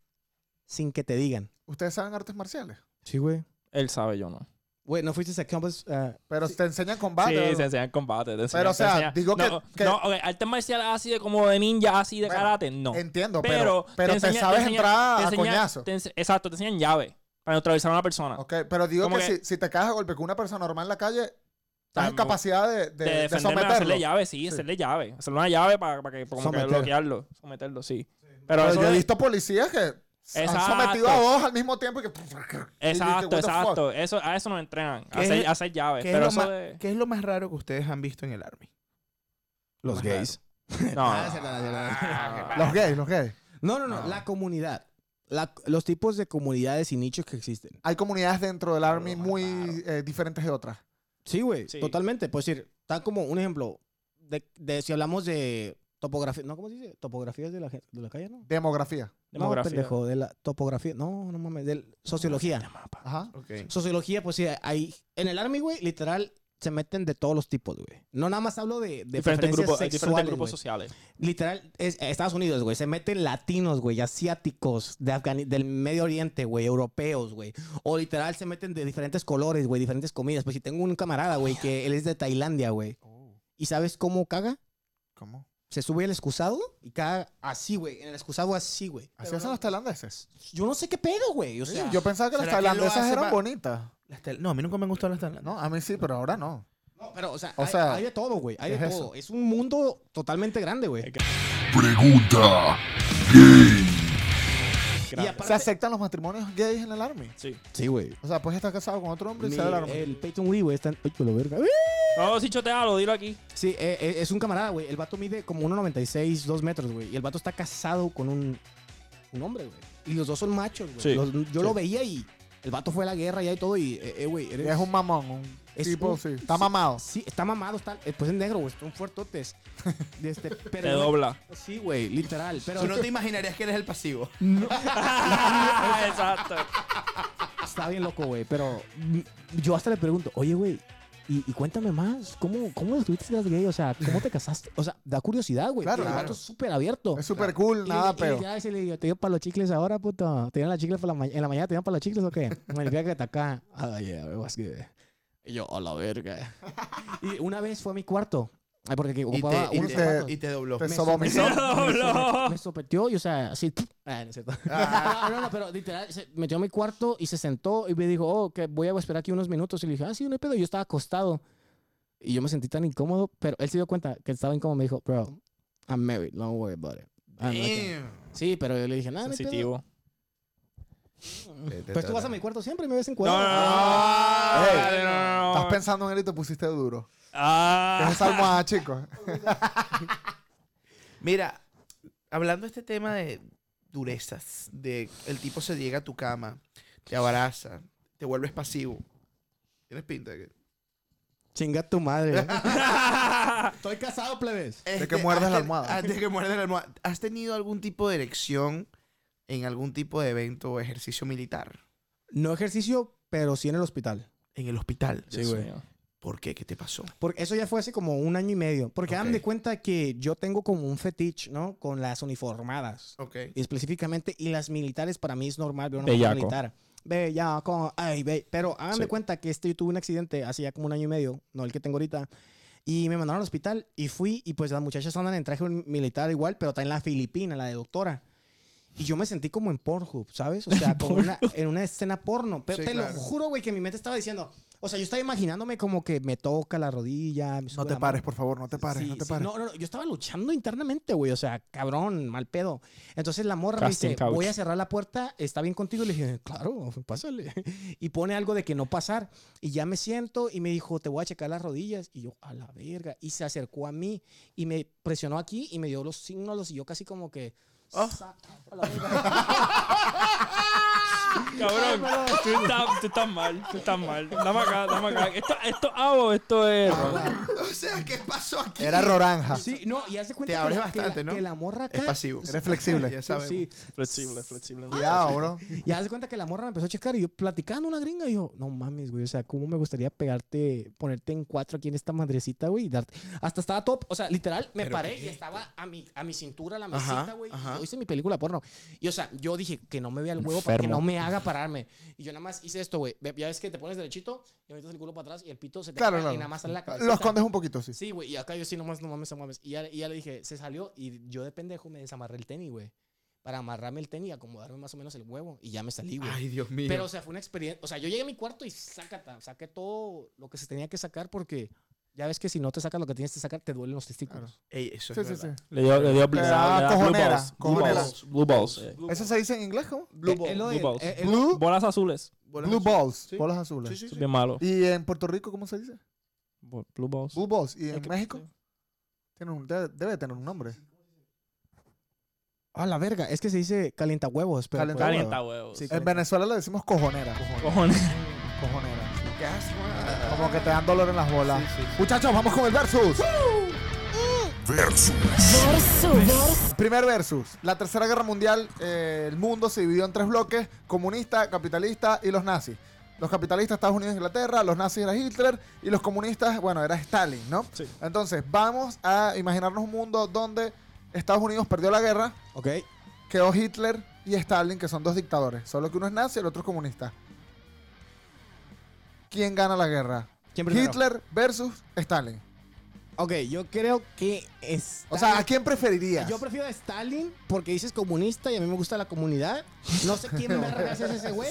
Speaker 2: sin que te digan.
Speaker 4: Ustedes saben artes marciales,
Speaker 2: Sí, güey.
Speaker 3: Él sabe, yo no.
Speaker 2: Güey, no fuiste a campus. ah,
Speaker 4: pero te enseñan combate.
Speaker 3: sí,
Speaker 4: ¿verdad?
Speaker 3: se enseñan combate. te
Speaker 4: Pero, o
Speaker 3: enseñan- te
Speaker 4: sea,
Speaker 3: enseñan-
Speaker 4: digo que-
Speaker 3: no,
Speaker 4: que-
Speaker 3: No, ok, artes marciales así de como de ninja, así de
Speaker 4: Bueno,
Speaker 3: karate, no.
Speaker 4: Entiendo, pero,
Speaker 3: pero,
Speaker 4: pero, te,
Speaker 3: enseña-
Speaker 4: sabes
Speaker 3: enseña-
Speaker 4: entrar
Speaker 3: te
Speaker 4: a
Speaker 3: enseña-
Speaker 4: coñazo.
Speaker 3: te ense- exacto, te enseñan llave para neutralizar a una persona.
Speaker 4: Ok, pero digo que,
Speaker 3: Ah. Como que-
Speaker 4: si, si te caes a golpe con una persona normal en la calle, estás en
Speaker 3: También-
Speaker 4: capacidad de, de,
Speaker 3: de,
Speaker 4: de
Speaker 3: defenderme,
Speaker 4: someterlo.
Speaker 3: hacerle llave, sí, hacerle llave. Hacerle una llave para, para que como
Speaker 4: Someter.
Speaker 3: que bloquearlo, someterlo, sí. Pero,
Speaker 4: Pero
Speaker 3: eso
Speaker 4: yo he
Speaker 3: de-
Speaker 4: visto policías que han
Speaker 3: Exacto.
Speaker 4: sometido a dos al mismo tiempo y que... *laughs* y
Speaker 3: Exacto,
Speaker 4: que, what the fuck.
Speaker 3: exacto. Eso, a eso nos entrenan,
Speaker 1: ¿Qué
Speaker 3: a hacer,
Speaker 1: es-
Speaker 3: a hacer llaves.
Speaker 1: ¿Qué,
Speaker 3: Eh, Pero
Speaker 1: es lo
Speaker 3: eso
Speaker 1: más,
Speaker 3: de...
Speaker 1: qué es lo más raro que ustedes han visto en el Army?
Speaker 2: Los
Speaker 1: Más
Speaker 2: gays.
Speaker 3: No,
Speaker 2: Ah, es verdad, es verdad.
Speaker 4: Los gays, los gays.
Speaker 2: No, no, no. La comunidad. La- los tipos de comunidades y nichos que existen.
Speaker 4: Hay comunidades dentro del Army muy eh, diferentes de otras.
Speaker 2: Sí, güey,
Speaker 3: Sí.
Speaker 2: totalmente. Pues decir, tan como un ejemplo, de, de si hablamos de topografía, ¿no? ¿Cómo se dice? Topografías de la, gen- de la calle, ¿no?
Speaker 4: Demografía.
Speaker 3: Demografía.
Speaker 2: No, pendejo, de la topografía. No, no mames, de sociología.
Speaker 4: Ajá.
Speaker 1: *laughs* Ok.
Speaker 2: Sociología, pues sí, hay. En el Army, güey, literal, se meten de todos los tipos, güey. No nada más hablo de, de
Speaker 3: diferentes
Speaker 2: preferencias
Speaker 3: grupos, hay diferentes
Speaker 2: sexuales,
Speaker 3: grupos
Speaker 2: güey.
Speaker 3: sociales.
Speaker 2: Literal, es, Estados Unidos, güey. Se meten latinos, güey, asiáticos, de Afgani- del Medio Oriente, güey, europeos, güey. O literal se meten de diferentes colores, güey, diferentes comidas. Pues si tengo un camarada, güey, que él es de Tailandia, güey. ¿Y sabes cómo caga?
Speaker 4: Oh, ¿Cómo?
Speaker 2: Se sube al excusado y caga así, güey. En el excusado así, güey.
Speaker 4: Así hacen los tailandeses.
Speaker 2: Yo no sé qué pedo, güey. O
Speaker 4: Sí,
Speaker 2: sea,
Speaker 4: yo pensaba que las
Speaker 1: ¿será que lo
Speaker 4: tailandesas
Speaker 1: hace
Speaker 4: eran
Speaker 1: pa-
Speaker 4: bonitas.
Speaker 1: Las tel- No, a mí nunca me han gustado las tel-
Speaker 4: No, a mí sí, pero ahora no.
Speaker 2: no, pero, o sea,
Speaker 4: o
Speaker 2: hay,
Speaker 4: sea,
Speaker 2: hay de todo, güey. Hay de
Speaker 4: ¿qué es
Speaker 2: todo. Es un mundo totalmente grande, güey.
Speaker 6: Pregunta.
Speaker 2: Y
Speaker 3: Gracias.
Speaker 4: ¿Se
Speaker 2: aparte,
Speaker 4: aceptan los matrimonios gays en el Army?
Speaker 3: Sí.
Speaker 2: sí, güey.
Speaker 4: O sea, puedes estar casado con otro hombre y
Speaker 2: Mi-
Speaker 4: ser del Army.
Speaker 2: El Peyton Lee, güey, está en... Ay, que la verga.
Speaker 3: No, si chotea, lo dilo aquí.
Speaker 2: Sí, eh, eh, es un camarada, güey. El vato mide como 1,96, 2 metros, güey. Y el vato está casado con un, un hombre, güey. Y los dos son machos, güey.
Speaker 3: Sí,
Speaker 2: Los- yo lo veía y el vato fue a la guerra ya y todo. Y, eh, eh, güey, eres-
Speaker 4: Es un mamón, un
Speaker 2: Es
Speaker 4: tipo,
Speaker 2: un-
Speaker 4: sí. Está mamado.
Speaker 2: Sí, está mamado, está. eh, pues es negro, güey. Son fuertotes. De Este, pero,
Speaker 3: Te dobla.
Speaker 2: Sí, güey, literal. Pero
Speaker 1: Tú no te imaginarías que eres el pasivo.
Speaker 3: Exacto.
Speaker 2: está bien loco, güey. Pero mm, yo hasta le pregunto, oye, güey, Y, y cuéntame más, ¿cómo, ¿cómo descubriste que eras gay? O sea, ¿cómo te casaste? O sea, da curiosidad, güey.
Speaker 4: Claro,
Speaker 2: pero el
Speaker 4: claro.
Speaker 2: vato es súper abierto. *laughs*
Speaker 4: Es súper cool,
Speaker 2: Y-
Speaker 4: nada
Speaker 2: y
Speaker 4: pero
Speaker 2: Ya se le digo, te dio para los chicles ahora, puto. ¿Te dieron las chicles para la ma- en la mañana? ¿Te dieron para los chicles o qué? Me el viaje hasta acá. Ah, yeah, it was good. Y yo, a la verga. y una vez fue a mi cuarto. Ay, Porque que
Speaker 1: Y
Speaker 2: ocupaba
Speaker 1: te, y
Speaker 2: unos
Speaker 1: te-
Speaker 2: zapatos.
Speaker 1: y te dobló.
Speaker 4: Te
Speaker 2: Me
Speaker 4: sodomizó.
Speaker 2: sometí- *laughs* me somet-
Speaker 3: dobló.
Speaker 2: Me sopeteó y, o sea, así. Ah, no es cierto. No, no, no, pero literal, se metió a mi cuarto y se sentó y me dijo, oh, que voy a esperar aquí unos minutos. Y le dije, ah, sí, no hay pedo. Yo estaba acostado. Y yo me sentí tan incómodo, pero él se dio cuenta que estaba incómodo. Me dijo, bro, I'm married, don't worry about it. Ah, I'm okay".
Speaker 1: Damn.
Speaker 2: Sí, pero yo le dije, nada, no hay pedo".
Speaker 3: Sensitivo.
Speaker 2: Pues tú vas a mi cuarto siempre y me ves en cuadro.
Speaker 3: No, no, no,
Speaker 2: Ah,
Speaker 3: no,
Speaker 4: Ey,
Speaker 3: dale, no,
Speaker 4: Estás
Speaker 3: no, no.
Speaker 4: pensando en él y te pusiste duro.
Speaker 3: Ah.
Speaker 4: Es esa
Speaker 3: *laughs*
Speaker 4: almohada, chicos.
Speaker 1: Mira, hablando de este tema de durezas, de el tipo se llega a tu cama, te abraza, te vuelves pasivo. Tienes pinta de que...
Speaker 2: Chinga
Speaker 3: *laughs*
Speaker 2: tu madre. Estoy casado, plebes.
Speaker 1: Este,
Speaker 4: que muerdas
Speaker 1: has
Speaker 4: la
Speaker 1: ten-
Speaker 4: almohada.
Speaker 1: ah, De que muerdas la almohada. ¿Has tenido algún tipo de erección en algún tipo de evento o ejercicio militar?
Speaker 2: No ejercicio, pero sí en el hospital.
Speaker 1: En el hospital.
Speaker 3: Sí, güey.
Speaker 1: ¿Por qué? ¿Qué te pasó?
Speaker 2: Porque eso ya fue hace como un año y medio. Porque
Speaker 1: Ok.
Speaker 2: hagan de cuenta que yo tengo como un fetiche, ¿no? Con las uniformadas.
Speaker 1: Ok.
Speaker 2: Específicamente, y las militares para mí es normal ver una mujer
Speaker 3: Bellaco.
Speaker 2: militar. Bellaco, ay, be- Pero hagan de
Speaker 3: Sí.
Speaker 2: cuenta que este, yo tuve un accidente hace ya como un año y medio, no el que tengo ahorita. Y me mandaron al hospital y fui, y pues las muchachas andan en traje militar igual, pero está en la Filipina, la de doctora. Y yo me sentí como en Pornhub, ¿sabes? O sea, como una- en una escena porno. Pero
Speaker 1: Sí,
Speaker 2: te
Speaker 1: claro.
Speaker 2: lo juro, güey, que mi mente estaba diciendo. O sea, yo estaba imaginándome como que me toca la rodilla. me
Speaker 4: No
Speaker 2: sube
Speaker 4: te
Speaker 2: la
Speaker 4: pares, por favor, no te pares,
Speaker 2: Sí,
Speaker 4: no te
Speaker 2: sí.
Speaker 4: pares.
Speaker 2: No, no, no, yo estaba luchando internamente, güey. O sea, cabrón, mal pedo. Entonces la morra
Speaker 3: Casting
Speaker 2: me dice,
Speaker 3: couch.
Speaker 2: voy a cerrar la puerta, está bien contigo. Y le dije, claro, pásale. *laughs* Y pone algo de que no pasar. Y ya me siento y me dijo, te voy a checar las rodillas. Y yo, a la verga. Y se acercó a mí y me presionó aquí y me dio los signos y yo casi como que... "Sa- a la verga".
Speaker 3: Cabrón, tú estás, tú estás mal, tú estás mal. Dame acá, dame acá. Esto, esto avo, esto es.
Speaker 1: O sea, ¿qué pasó aquí?
Speaker 4: Era Roranja.
Speaker 2: Sí, no, y hace cuenta
Speaker 1: Te abres
Speaker 2: que, la-
Speaker 1: bastante,
Speaker 2: que, la,
Speaker 1: ¿no?
Speaker 2: que la morra acá...
Speaker 1: Es pasivo.
Speaker 4: Eres flexible.
Speaker 1: *laughs* Ya sabes.
Speaker 2: Sí,
Speaker 3: Flexible, flexible.
Speaker 4: Cuidado, bro.
Speaker 2: Y hace cuenta que la morra me empezó a checar y yo platicando una gringa y yo, no mames, güey, o sea, cómo me gustaría pegarte, ponerte en cuatro aquí en esta madrecita, güey, y darte. Hasta estaba top, o sea, literal, me
Speaker 1: ¿Pero
Speaker 2: paré
Speaker 1: qué?
Speaker 2: y estaba a mi, a mi cintura la
Speaker 1: Ajá,
Speaker 2: mesita, güey. y
Speaker 1: ajá.
Speaker 2: Yo hice mi película porno. Y o sea, yo dije que no me vea el huevo para que
Speaker 3: Enfermo.
Speaker 2: no me haga pararme. Y yo nada más hice esto, güey. Ve- Ya ves que te pones derechito y metes el culo para atrás y el pito se te
Speaker 4: Claro,
Speaker 2: cae
Speaker 4: claro.
Speaker 2: y nada más sale la cabeza.
Speaker 4: Lo escondes un poquito, sí.
Speaker 2: Sí, güey, y acá yo sí, nomás, no mames, no mames. Y ya, y ya le dije, se salió y yo de pendejo me desamarré el tenis, güey. Para amarrarme el tenis y acomodarme más o menos el huevo. Y ya me salí, güey.
Speaker 1: Ay, Dios mío.
Speaker 2: Pero, o sea, fue una experiencia. O sea, yo llegué a mi cuarto y sácata, saqué todo lo que se tenía que sacar porque ya ves que si no te sacas lo que tienes que sacar, te duelen los testículos.
Speaker 1: Ey, eso
Speaker 4: Sí,
Speaker 1: es
Speaker 4: sí, sí.
Speaker 1: verdad.
Speaker 3: Le dio, le dio blue,
Speaker 4: Le da
Speaker 3: le da blue
Speaker 4: cojonera,
Speaker 3: balls. Blue
Speaker 4: cojonera.
Speaker 3: balls. Blue balls. eh.
Speaker 4: ¿Eso se dice en inglés, cómo?
Speaker 1: Blue
Speaker 2: Eh,
Speaker 1: ball.
Speaker 2: eh, lo
Speaker 3: Blue
Speaker 2: de-
Speaker 3: balls.
Speaker 2: eh, eh,
Speaker 4: Blue,
Speaker 3: Bolas azules.
Speaker 4: blue balls,
Speaker 1: Sí.
Speaker 4: bolas azules.
Speaker 1: Sí, sí, sí.
Speaker 3: Eso es bien malo.
Speaker 4: ¿Y en Puerto Rico cómo se dice?
Speaker 3: Bo- Blue balls.
Speaker 4: Blue balls. ¿Y
Speaker 3: Es
Speaker 4: en
Speaker 3: que-
Speaker 4: México? Tiene un- debe, debe tener un nombre.
Speaker 2: Ah, la verga. Es que se dice calienta huevos, pero.
Speaker 4: Calienta-
Speaker 2: pues-
Speaker 3: Calienta huevos. Eh,
Speaker 2: Sí,
Speaker 4: En Venezuela le decimos cojonera.
Speaker 3: Cojones.
Speaker 4: Cojonera.
Speaker 1: Qué asco. Ah.
Speaker 4: Como que te dan dolor en las bolas.
Speaker 1: Sí, sí, sí.
Speaker 4: Muchachos, vamos con el versus.
Speaker 6: Versus.
Speaker 4: Primer versus. La Tercera Guerra Mundial, eh, el mundo se dividió en tres bloques, comunista, capitalista y los nazis. Los capitalistas, Estados Unidos e Inglaterra, los nazis era Hitler y los comunistas, bueno, era Stalin, ¿no?
Speaker 3: Sí.
Speaker 4: Entonces, vamos a imaginarnos un mundo donde Estados Unidos perdió la guerra,
Speaker 2: Ok.
Speaker 4: quedó Hitler y Stalin, que son dos dictadores, solo que uno es nazi y el otro es comunista. ¿Quién gana la guerra?
Speaker 2: ¿Quién primero?
Speaker 4: Hitler versus Stalin.
Speaker 2: Ok, yo creo que es.
Speaker 4: O sea, ¿a quién preferirías?
Speaker 2: Yo prefiero a Stalin porque dices comunista y a mí me gusta la comunidad. No sé quién vergas es ese güey,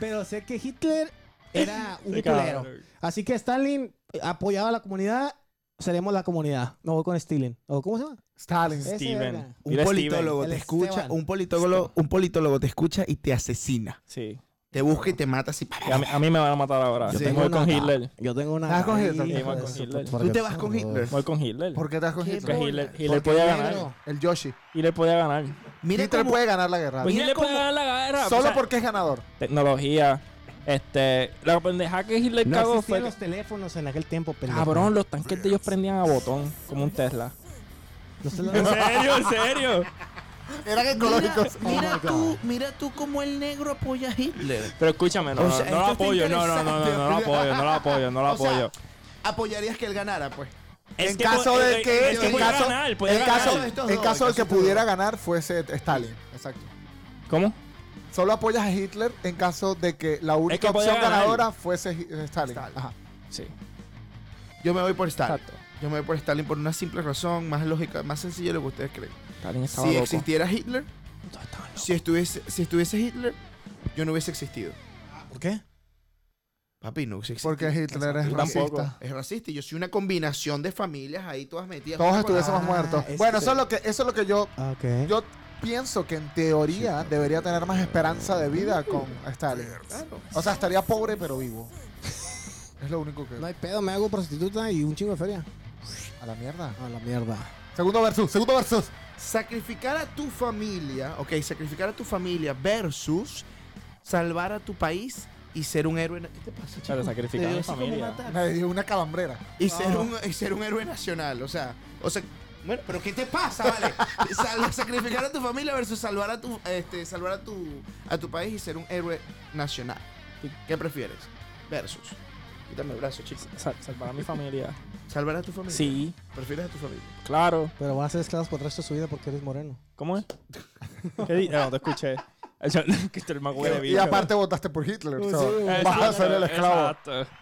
Speaker 2: pero sé que Hitler era un
Speaker 3: Sí,
Speaker 2: culero.
Speaker 3: cabrón.
Speaker 2: Así que Stalin apoyaba a la comunidad, seremos la comunidad. Me voy con Stalin. ¿O cómo se llama?
Speaker 4: Stalin.
Speaker 2: Ese
Speaker 3: Steven.
Speaker 2: era.
Speaker 1: Un
Speaker 3: Mira,
Speaker 1: politólogo
Speaker 2: El
Speaker 1: te escucha,
Speaker 2: Esteban.
Speaker 1: un politólogo, un politólogo te escucha y te asesina.
Speaker 3: Steven. Sí.
Speaker 1: Te busca y te mata así. pa, pa,
Speaker 3: Que A mí, a mí me van a matar ahora.
Speaker 1: Yo
Speaker 3: Yo
Speaker 1: tengo
Speaker 3: voy con
Speaker 2: una-
Speaker 3: Hitler.
Speaker 2: Yo tengo una.
Speaker 4: Ah, con
Speaker 2: Ay,
Speaker 4: Hitler.
Speaker 2: hijo
Speaker 3: Sí,
Speaker 2: de
Speaker 3: Ah, con
Speaker 2: su
Speaker 3: Hitler.
Speaker 2: puta-
Speaker 1: Tú te vas con Hitler.
Speaker 3: Voy con Hitler.
Speaker 4: ¿Por qué te has con Hitler?
Speaker 3: Porque Hitler, Hitler
Speaker 4: Porque
Speaker 3: podía
Speaker 4: es
Speaker 3: ganar.
Speaker 4: negro. El Yoshi.
Speaker 3: Hitler podía ganar.
Speaker 1: Mira
Speaker 4: Hitler
Speaker 1: cómo-
Speaker 4: puede ganar la guerra.
Speaker 3: Pues
Speaker 1: Mira
Speaker 3: Hitler podía
Speaker 1: cómo-
Speaker 3: ganar la guerra.
Speaker 4: Solo
Speaker 3: o sea,
Speaker 4: porque es ganador.
Speaker 3: Tecnología. Este. La pendeja que Hitler
Speaker 2: No
Speaker 3: cagó
Speaker 2: existían
Speaker 3: fue.
Speaker 2: los teléfonos en aquel tiempo, pendejo.
Speaker 3: Cabrón, los tanques de ellos prendían a botón, como un Tesla. *laughs*
Speaker 2: No se lo-
Speaker 3: ¿En serio? ¿En serio?
Speaker 4: Eran ecológicos.
Speaker 1: Mira tú, mira tú cómo el negro apoya a Hitler.
Speaker 3: Pero escúchame, no,
Speaker 1: O
Speaker 3: no,
Speaker 1: sea,
Speaker 3: no lo
Speaker 1: esto está
Speaker 3: apoyo, no, no, no, no, no, no lo
Speaker 1: interesante.
Speaker 3: apoyo, no lo apoyo, no lo
Speaker 1: O sea,
Speaker 3: apoyo.
Speaker 1: apoyarías que él ganara, pues?
Speaker 3: Es
Speaker 4: en
Speaker 3: que
Speaker 4: caso
Speaker 3: puede-
Speaker 4: de que
Speaker 3: es que
Speaker 4: en
Speaker 3: puede
Speaker 4: caso
Speaker 3: ganar, puede
Speaker 4: en
Speaker 3: ganar.
Speaker 4: caso
Speaker 1: De estos
Speaker 4: en
Speaker 1: dos,
Speaker 4: caso
Speaker 1: de
Speaker 4: el que
Speaker 1: estos
Speaker 4: pudiera ganar fuese Stalin exacto
Speaker 3: ¿Cómo?
Speaker 4: solo apoyas a Hitler en caso de que la única
Speaker 3: que podía
Speaker 4: opción
Speaker 3: ganar.
Speaker 4: ganadora fuese Hi- eh, Stalin,
Speaker 1: Stalin.
Speaker 4: Ajá.
Speaker 3: Sí.
Speaker 1: Yo me voy por Stalin.
Speaker 3: Exacto.
Speaker 1: Yo me voy por Stalin por una simple razón, más lógica, más sencilla de lo que ustedes creen.
Speaker 3: Stalin estaba
Speaker 1: Si
Speaker 3: loco.
Speaker 1: existiera Hitler,
Speaker 3: Todos estaban locos.
Speaker 1: si estuviese, si estuviese Hitler, yo no hubiese existido.
Speaker 2: ¿Por qué?
Speaker 1: Papi, no hubiese existido.
Speaker 4: porque Hitler es
Speaker 3: Yo tampoco.
Speaker 4: racista
Speaker 1: es racista y yo soy una combinación de familias ahí todas metidas.
Speaker 4: todos
Speaker 1: Una
Speaker 4: estuviésemos
Speaker 1: colada.
Speaker 4: muertos
Speaker 2: es
Speaker 4: bueno
Speaker 2: que-
Speaker 4: eso es lo que eso es lo que yo
Speaker 2: Ah, Ok.
Speaker 4: yo pienso que en teoría debería tener más esperanza de vida con Stalin o sea estaría pobre pero vivo es lo único que
Speaker 2: No hay pedo, me hago prostituta y un chingo de feria.
Speaker 4: a la mierda
Speaker 2: A la mierda.
Speaker 4: segundo versus segundo versus
Speaker 1: Sacrificar a tu familia, ok, sacrificar a tu familia versus salvar a tu país y ser un héroe. na- ¿Qué te pasa,
Speaker 3: Claro,
Speaker 1: chico?
Speaker 3: sacrificar
Speaker 1: Te dio
Speaker 3: a la
Speaker 1: así como
Speaker 3: familia.
Speaker 1: un ataque.
Speaker 4: me dio una calambrera
Speaker 1: Y ser, un, y ser un héroe nacional, o sea, o sea, bueno, pero ¿qué te pasa, *laughs* vale? Sal- sacrificar a tu familia versus salvar a tu, este, salvar a tu, a tu país y ser un héroe nacional. ¿Qué prefieres? Versus. Quítame el brazo, chico.
Speaker 3: Sal- salvar a mi familia.
Speaker 1: Salvar a tu familia.
Speaker 3: Sí,
Speaker 1: Prefieres a tu familia.
Speaker 3: claro.
Speaker 2: Pero vas a ser esclavos por el resto de su vida porque eres moreno.
Speaker 3: ¿Cómo es? ¿Qué di- No, te escuché. *laughs* Yo- que estoy más huele
Speaker 4: y
Speaker 3: bicho. *laughs*
Speaker 4: aparte votaste por Hitler
Speaker 2: Sí,
Speaker 4: so,
Speaker 2: sí,
Speaker 4: vas a
Speaker 3: Exacto,
Speaker 4: ser el esclavo
Speaker 3: exacto.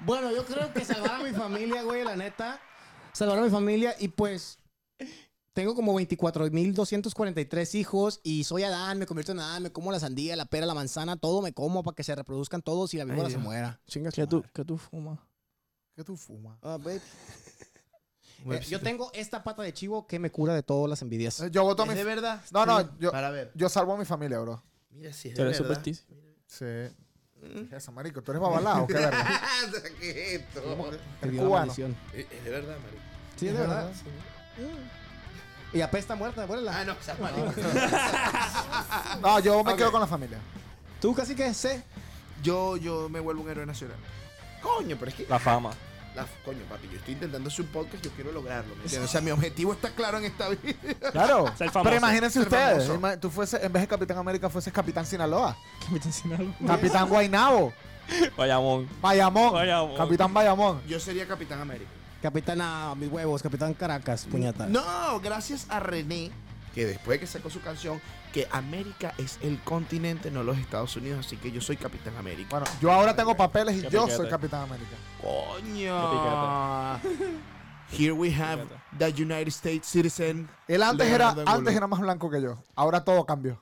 Speaker 2: Bueno, yo creo que salvar a mi familia, güey, la neta. Salvar a mi familia y pues. Tengo como 24.243 hijos y soy Adán, me convierto en Adán, me como la sandía, la pera, la manzana, todo me como para que se reproduzcan todos y la víbora se
Speaker 1: Dios.
Speaker 2: muera. Chinga su
Speaker 3: ¿Qué tú,
Speaker 2: madre.
Speaker 3: ¿Qué tú fumas?
Speaker 4: ¿Qué tú fumas?
Speaker 2: Ah, ve. Eh, yo tengo esta pata de chivo que me cura de todas las envidias.
Speaker 4: Eh, Yo voto a
Speaker 1: ¿Es
Speaker 4: mi...
Speaker 1: de verdad?
Speaker 4: No, no, yo,
Speaker 1: Para ver.
Speaker 4: yo salvo a mi familia, bro.
Speaker 1: Mira si es
Speaker 3: Tú
Speaker 1: de
Speaker 3: eres
Speaker 1: *laughs* verdad.
Speaker 3: supersticioso.
Speaker 4: Sí.
Speaker 2: Mm.
Speaker 4: Eso, marico, tú eres babalao, qué verga.
Speaker 1: ¿Qué es Ah, esto?
Speaker 2: *laughs* Te dio la
Speaker 4: cubano.
Speaker 2: maldición.
Speaker 1: Es es de verdad, marico.
Speaker 2: Sí, es de verdad. Y apesta muerta, devuélvela.
Speaker 1: Ah, no, seas marico. *laughs*
Speaker 4: No, yo me quedo con la familia.
Speaker 2: Tú casi que sé.
Speaker 1: Yo, yo me vuelvo un héroe nacional. Coño, pero es que...
Speaker 3: La fama.
Speaker 1: La- coño, papi, yo estoy intentando hacer un podcast, yo quiero lograrlo, ¿me entiendes?
Speaker 4: *laughs*
Speaker 1: O sea, mi objetivo está claro en esta vida. *laughs*
Speaker 4: Claro.
Speaker 3: Ser famoso.
Speaker 4: Pero imagínense
Speaker 1: Ser
Speaker 4: ustedes,
Speaker 1: famoso.
Speaker 4: ima- tú fuese, en vez de Capitán América, fueses Capitán Sinaloa,
Speaker 3: ¿Qué me estás diciendo?
Speaker 4: Pues, Capitán Guainabo,
Speaker 3: Bayamón.
Speaker 4: Bayamón,
Speaker 3: Bayamón.
Speaker 4: Capitán Bayamón.
Speaker 1: Yo sería Capitán América.
Speaker 2: Capitán a mis huevos, Capitán Caracas, puñata.
Speaker 1: No, gracias a René, que después que sacó su canción, que América es el continente, no los Estados Unidos, así que yo soy Capitán América.
Speaker 4: Bueno, yo ahora tengo papeles y
Speaker 3: Qué
Speaker 4: yo soy
Speaker 3: piquete.
Speaker 4: Capitán América.
Speaker 1: Coño. *laughs* Here we have the United States citizen.
Speaker 4: Él antes era,
Speaker 1: Leonardo Angulo.
Speaker 4: antes era más blanco que yo. Ahora todo cambió.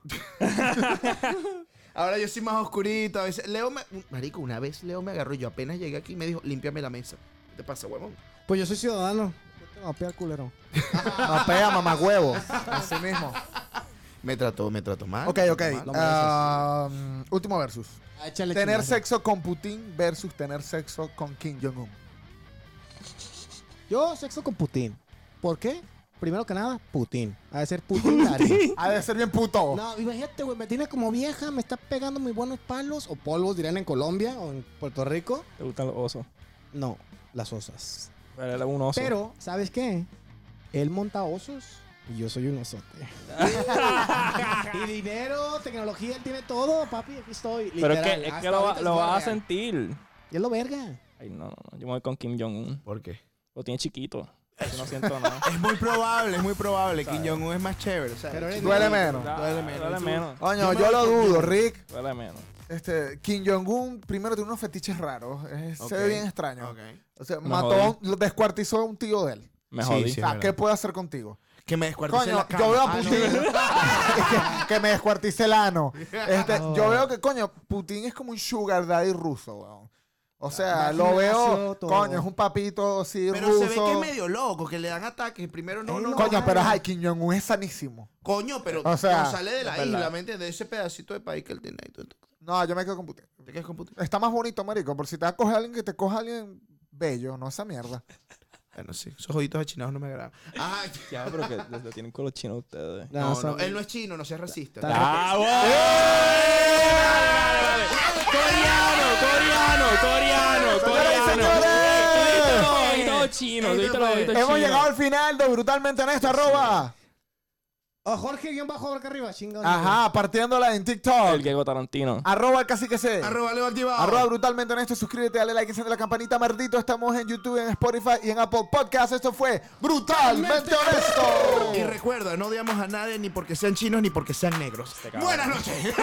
Speaker 1: Ahora yo soy más oscurito. A veces Leo me. Marico, una vez Leo me agarró. Yo apenas llegué aquí y me dijo, límpiame la mesa. ¿Qué te pasa, huevón?
Speaker 2: Pues yo soy ciudadano. Yo te voy a pegar, culero.
Speaker 4: Mapea, mamagüevo. Así mismo.
Speaker 1: Me trató, me trató mal.
Speaker 4: Ok,
Speaker 1: me
Speaker 4: ok.
Speaker 1: trató mal.
Speaker 4: Ah, um, último versus.
Speaker 2: Ah, échale
Speaker 4: Tener
Speaker 2: chingada.
Speaker 4: sexo con Putin versus tener sexo con Kim Jong-un.
Speaker 2: Yo sexo con Putin. ¿Por qué? Primero que nada, Putin. Ha de ser
Speaker 3: *laughs*
Speaker 2: Putin Dari.
Speaker 4: Ha de ser bien puto.
Speaker 2: No, imagínate, güey, me tiene como vieja, me está pegando muy buenos palos o polvos, dirán en Colombia o en Puerto Rico.
Speaker 3: Te gustan los osos.
Speaker 2: No, las osas.
Speaker 3: Pero él es un oso.
Speaker 2: Pero, ¿sabes qué? Él monta osos y yo soy un
Speaker 3: *laughs*
Speaker 2: osote. y dinero, tecnología, él tiene todo, papi. Aquí estoy.
Speaker 3: Pero es que,
Speaker 2: literal.
Speaker 3: es que
Speaker 2: Hasta
Speaker 3: lo, va-
Speaker 2: ahorita es
Speaker 3: lo vas a
Speaker 2: verga.
Speaker 3: sentir.
Speaker 2: Y es lo verga.
Speaker 3: Ay, no, no, no. Yo me voy con Kim Jong-un.
Speaker 1: ¿Por qué?
Speaker 3: Lo tiene chiquito. Yo no siento
Speaker 2: *laughs*
Speaker 3: nada.
Speaker 1: Es muy probable, es muy probable. Kim Jong-un es más chévere. ¿sabes?
Speaker 2: Pero eres-
Speaker 4: Duele menos.
Speaker 3: Duele menos. Duele menos.
Speaker 4: Coño, yo lo dudo, Rick.
Speaker 3: Duele menos.
Speaker 4: Este, Kim Jong-un primero tiene unos fetiches raros. Es- Se ve
Speaker 1: Ok.
Speaker 4: bien extraño.
Speaker 1: Ok.
Speaker 4: O sea,
Speaker 3: Me
Speaker 4: mató, a un- lo descuartizó a un tío de él.
Speaker 3: Me
Speaker 1: Sí,
Speaker 3: jodí.
Speaker 1: sí.
Speaker 4: o sea,
Speaker 1: verdad.
Speaker 4: ¿qué puede hacer contigo?
Speaker 1: Que me descuartice
Speaker 4: Coño,
Speaker 1: la cama.
Speaker 4: yo veo a
Speaker 1: Ah, no.
Speaker 4: Putin.
Speaker 1: *laughs*
Speaker 4: *laughs* que, que me descuartice el ano. Este, Yo veo que, coño, Putin es como un sugar daddy ruso, weón. O sea,
Speaker 2: al
Speaker 4: lo veo.
Speaker 2: gimnasio, todo.
Speaker 4: Coño, es un papito así
Speaker 1: Pero
Speaker 4: ruso.
Speaker 1: se ve que es medio loco, que le dan ataques. Primero no,
Speaker 2: Ey,
Speaker 1: no, no.
Speaker 4: Coño,
Speaker 1: no.
Speaker 4: pero ay, Kim Jong-un es sanísimo.
Speaker 1: Coño, pero
Speaker 4: O sea,
Speaker 1: no sale de la
Speaker 3: es verdad.
Speaker 1: isla, ¿me entiendes? De ese pedacito de país que él tiene ahí. tú- tú-
Speaker 4: No, yo me quedo con Putin.
Speaker 1: ¿Te quedas con Putin?
Speaker 4: Está más bonito, marico. Por si te va a coger a alguien, que te coja a alguien bello, no esa
Speaker 1: *laughs*
Speaker 4: mierda.
Speaker 1: Bueno, sí. Esos joditos achinados no me agradan. Ajá.
Speaker 3: Ya, pero que lo tienen con los chinos ustedes.
Speaker 2: No,
Speaker 1: No,
Speaker 2: son-
Speaker 1: no, él no es chino, no seas racista.
Speaker 3: ¡Ah, güey! ¡Coreano, coreano, coreano, coreano!
Speaker 4: Señoras y
Speaker 3: Tuviste
Speaker 4: señores,
Speaker 3: los ojitos chinos, tuviste los ojitos
Speaker 4: Hemos
Speaker 3: chinos.
Speaker 4: llegado al final de Brutalmente Honesto, arroba
Speaker 2: O Oh, Jorge guión bajo acá arriba, chingón.
Speaker 4: Ajá, partiéndola en
Speaker 3: El
Speaker 4: TikTok.
Speaker 3: Diego Tarantino.
Speaker 4: Arroba el cacique C.
Speaker 1: Arroba Leo Activado.
Speaker 4: Arroba brutalmente honesto, suscríbete, dale like, enciende la campanita, mardito. Estamos en YouTube, en Spotify y en Apple Podcast. Esto fue Brutalmente Honesto.
Speaker 1: Y recuerda, no odiamos
Speaker 4: Este
Speaker 1: a nadie ni porque sean chinos ni porque sean negros. Buenas noches.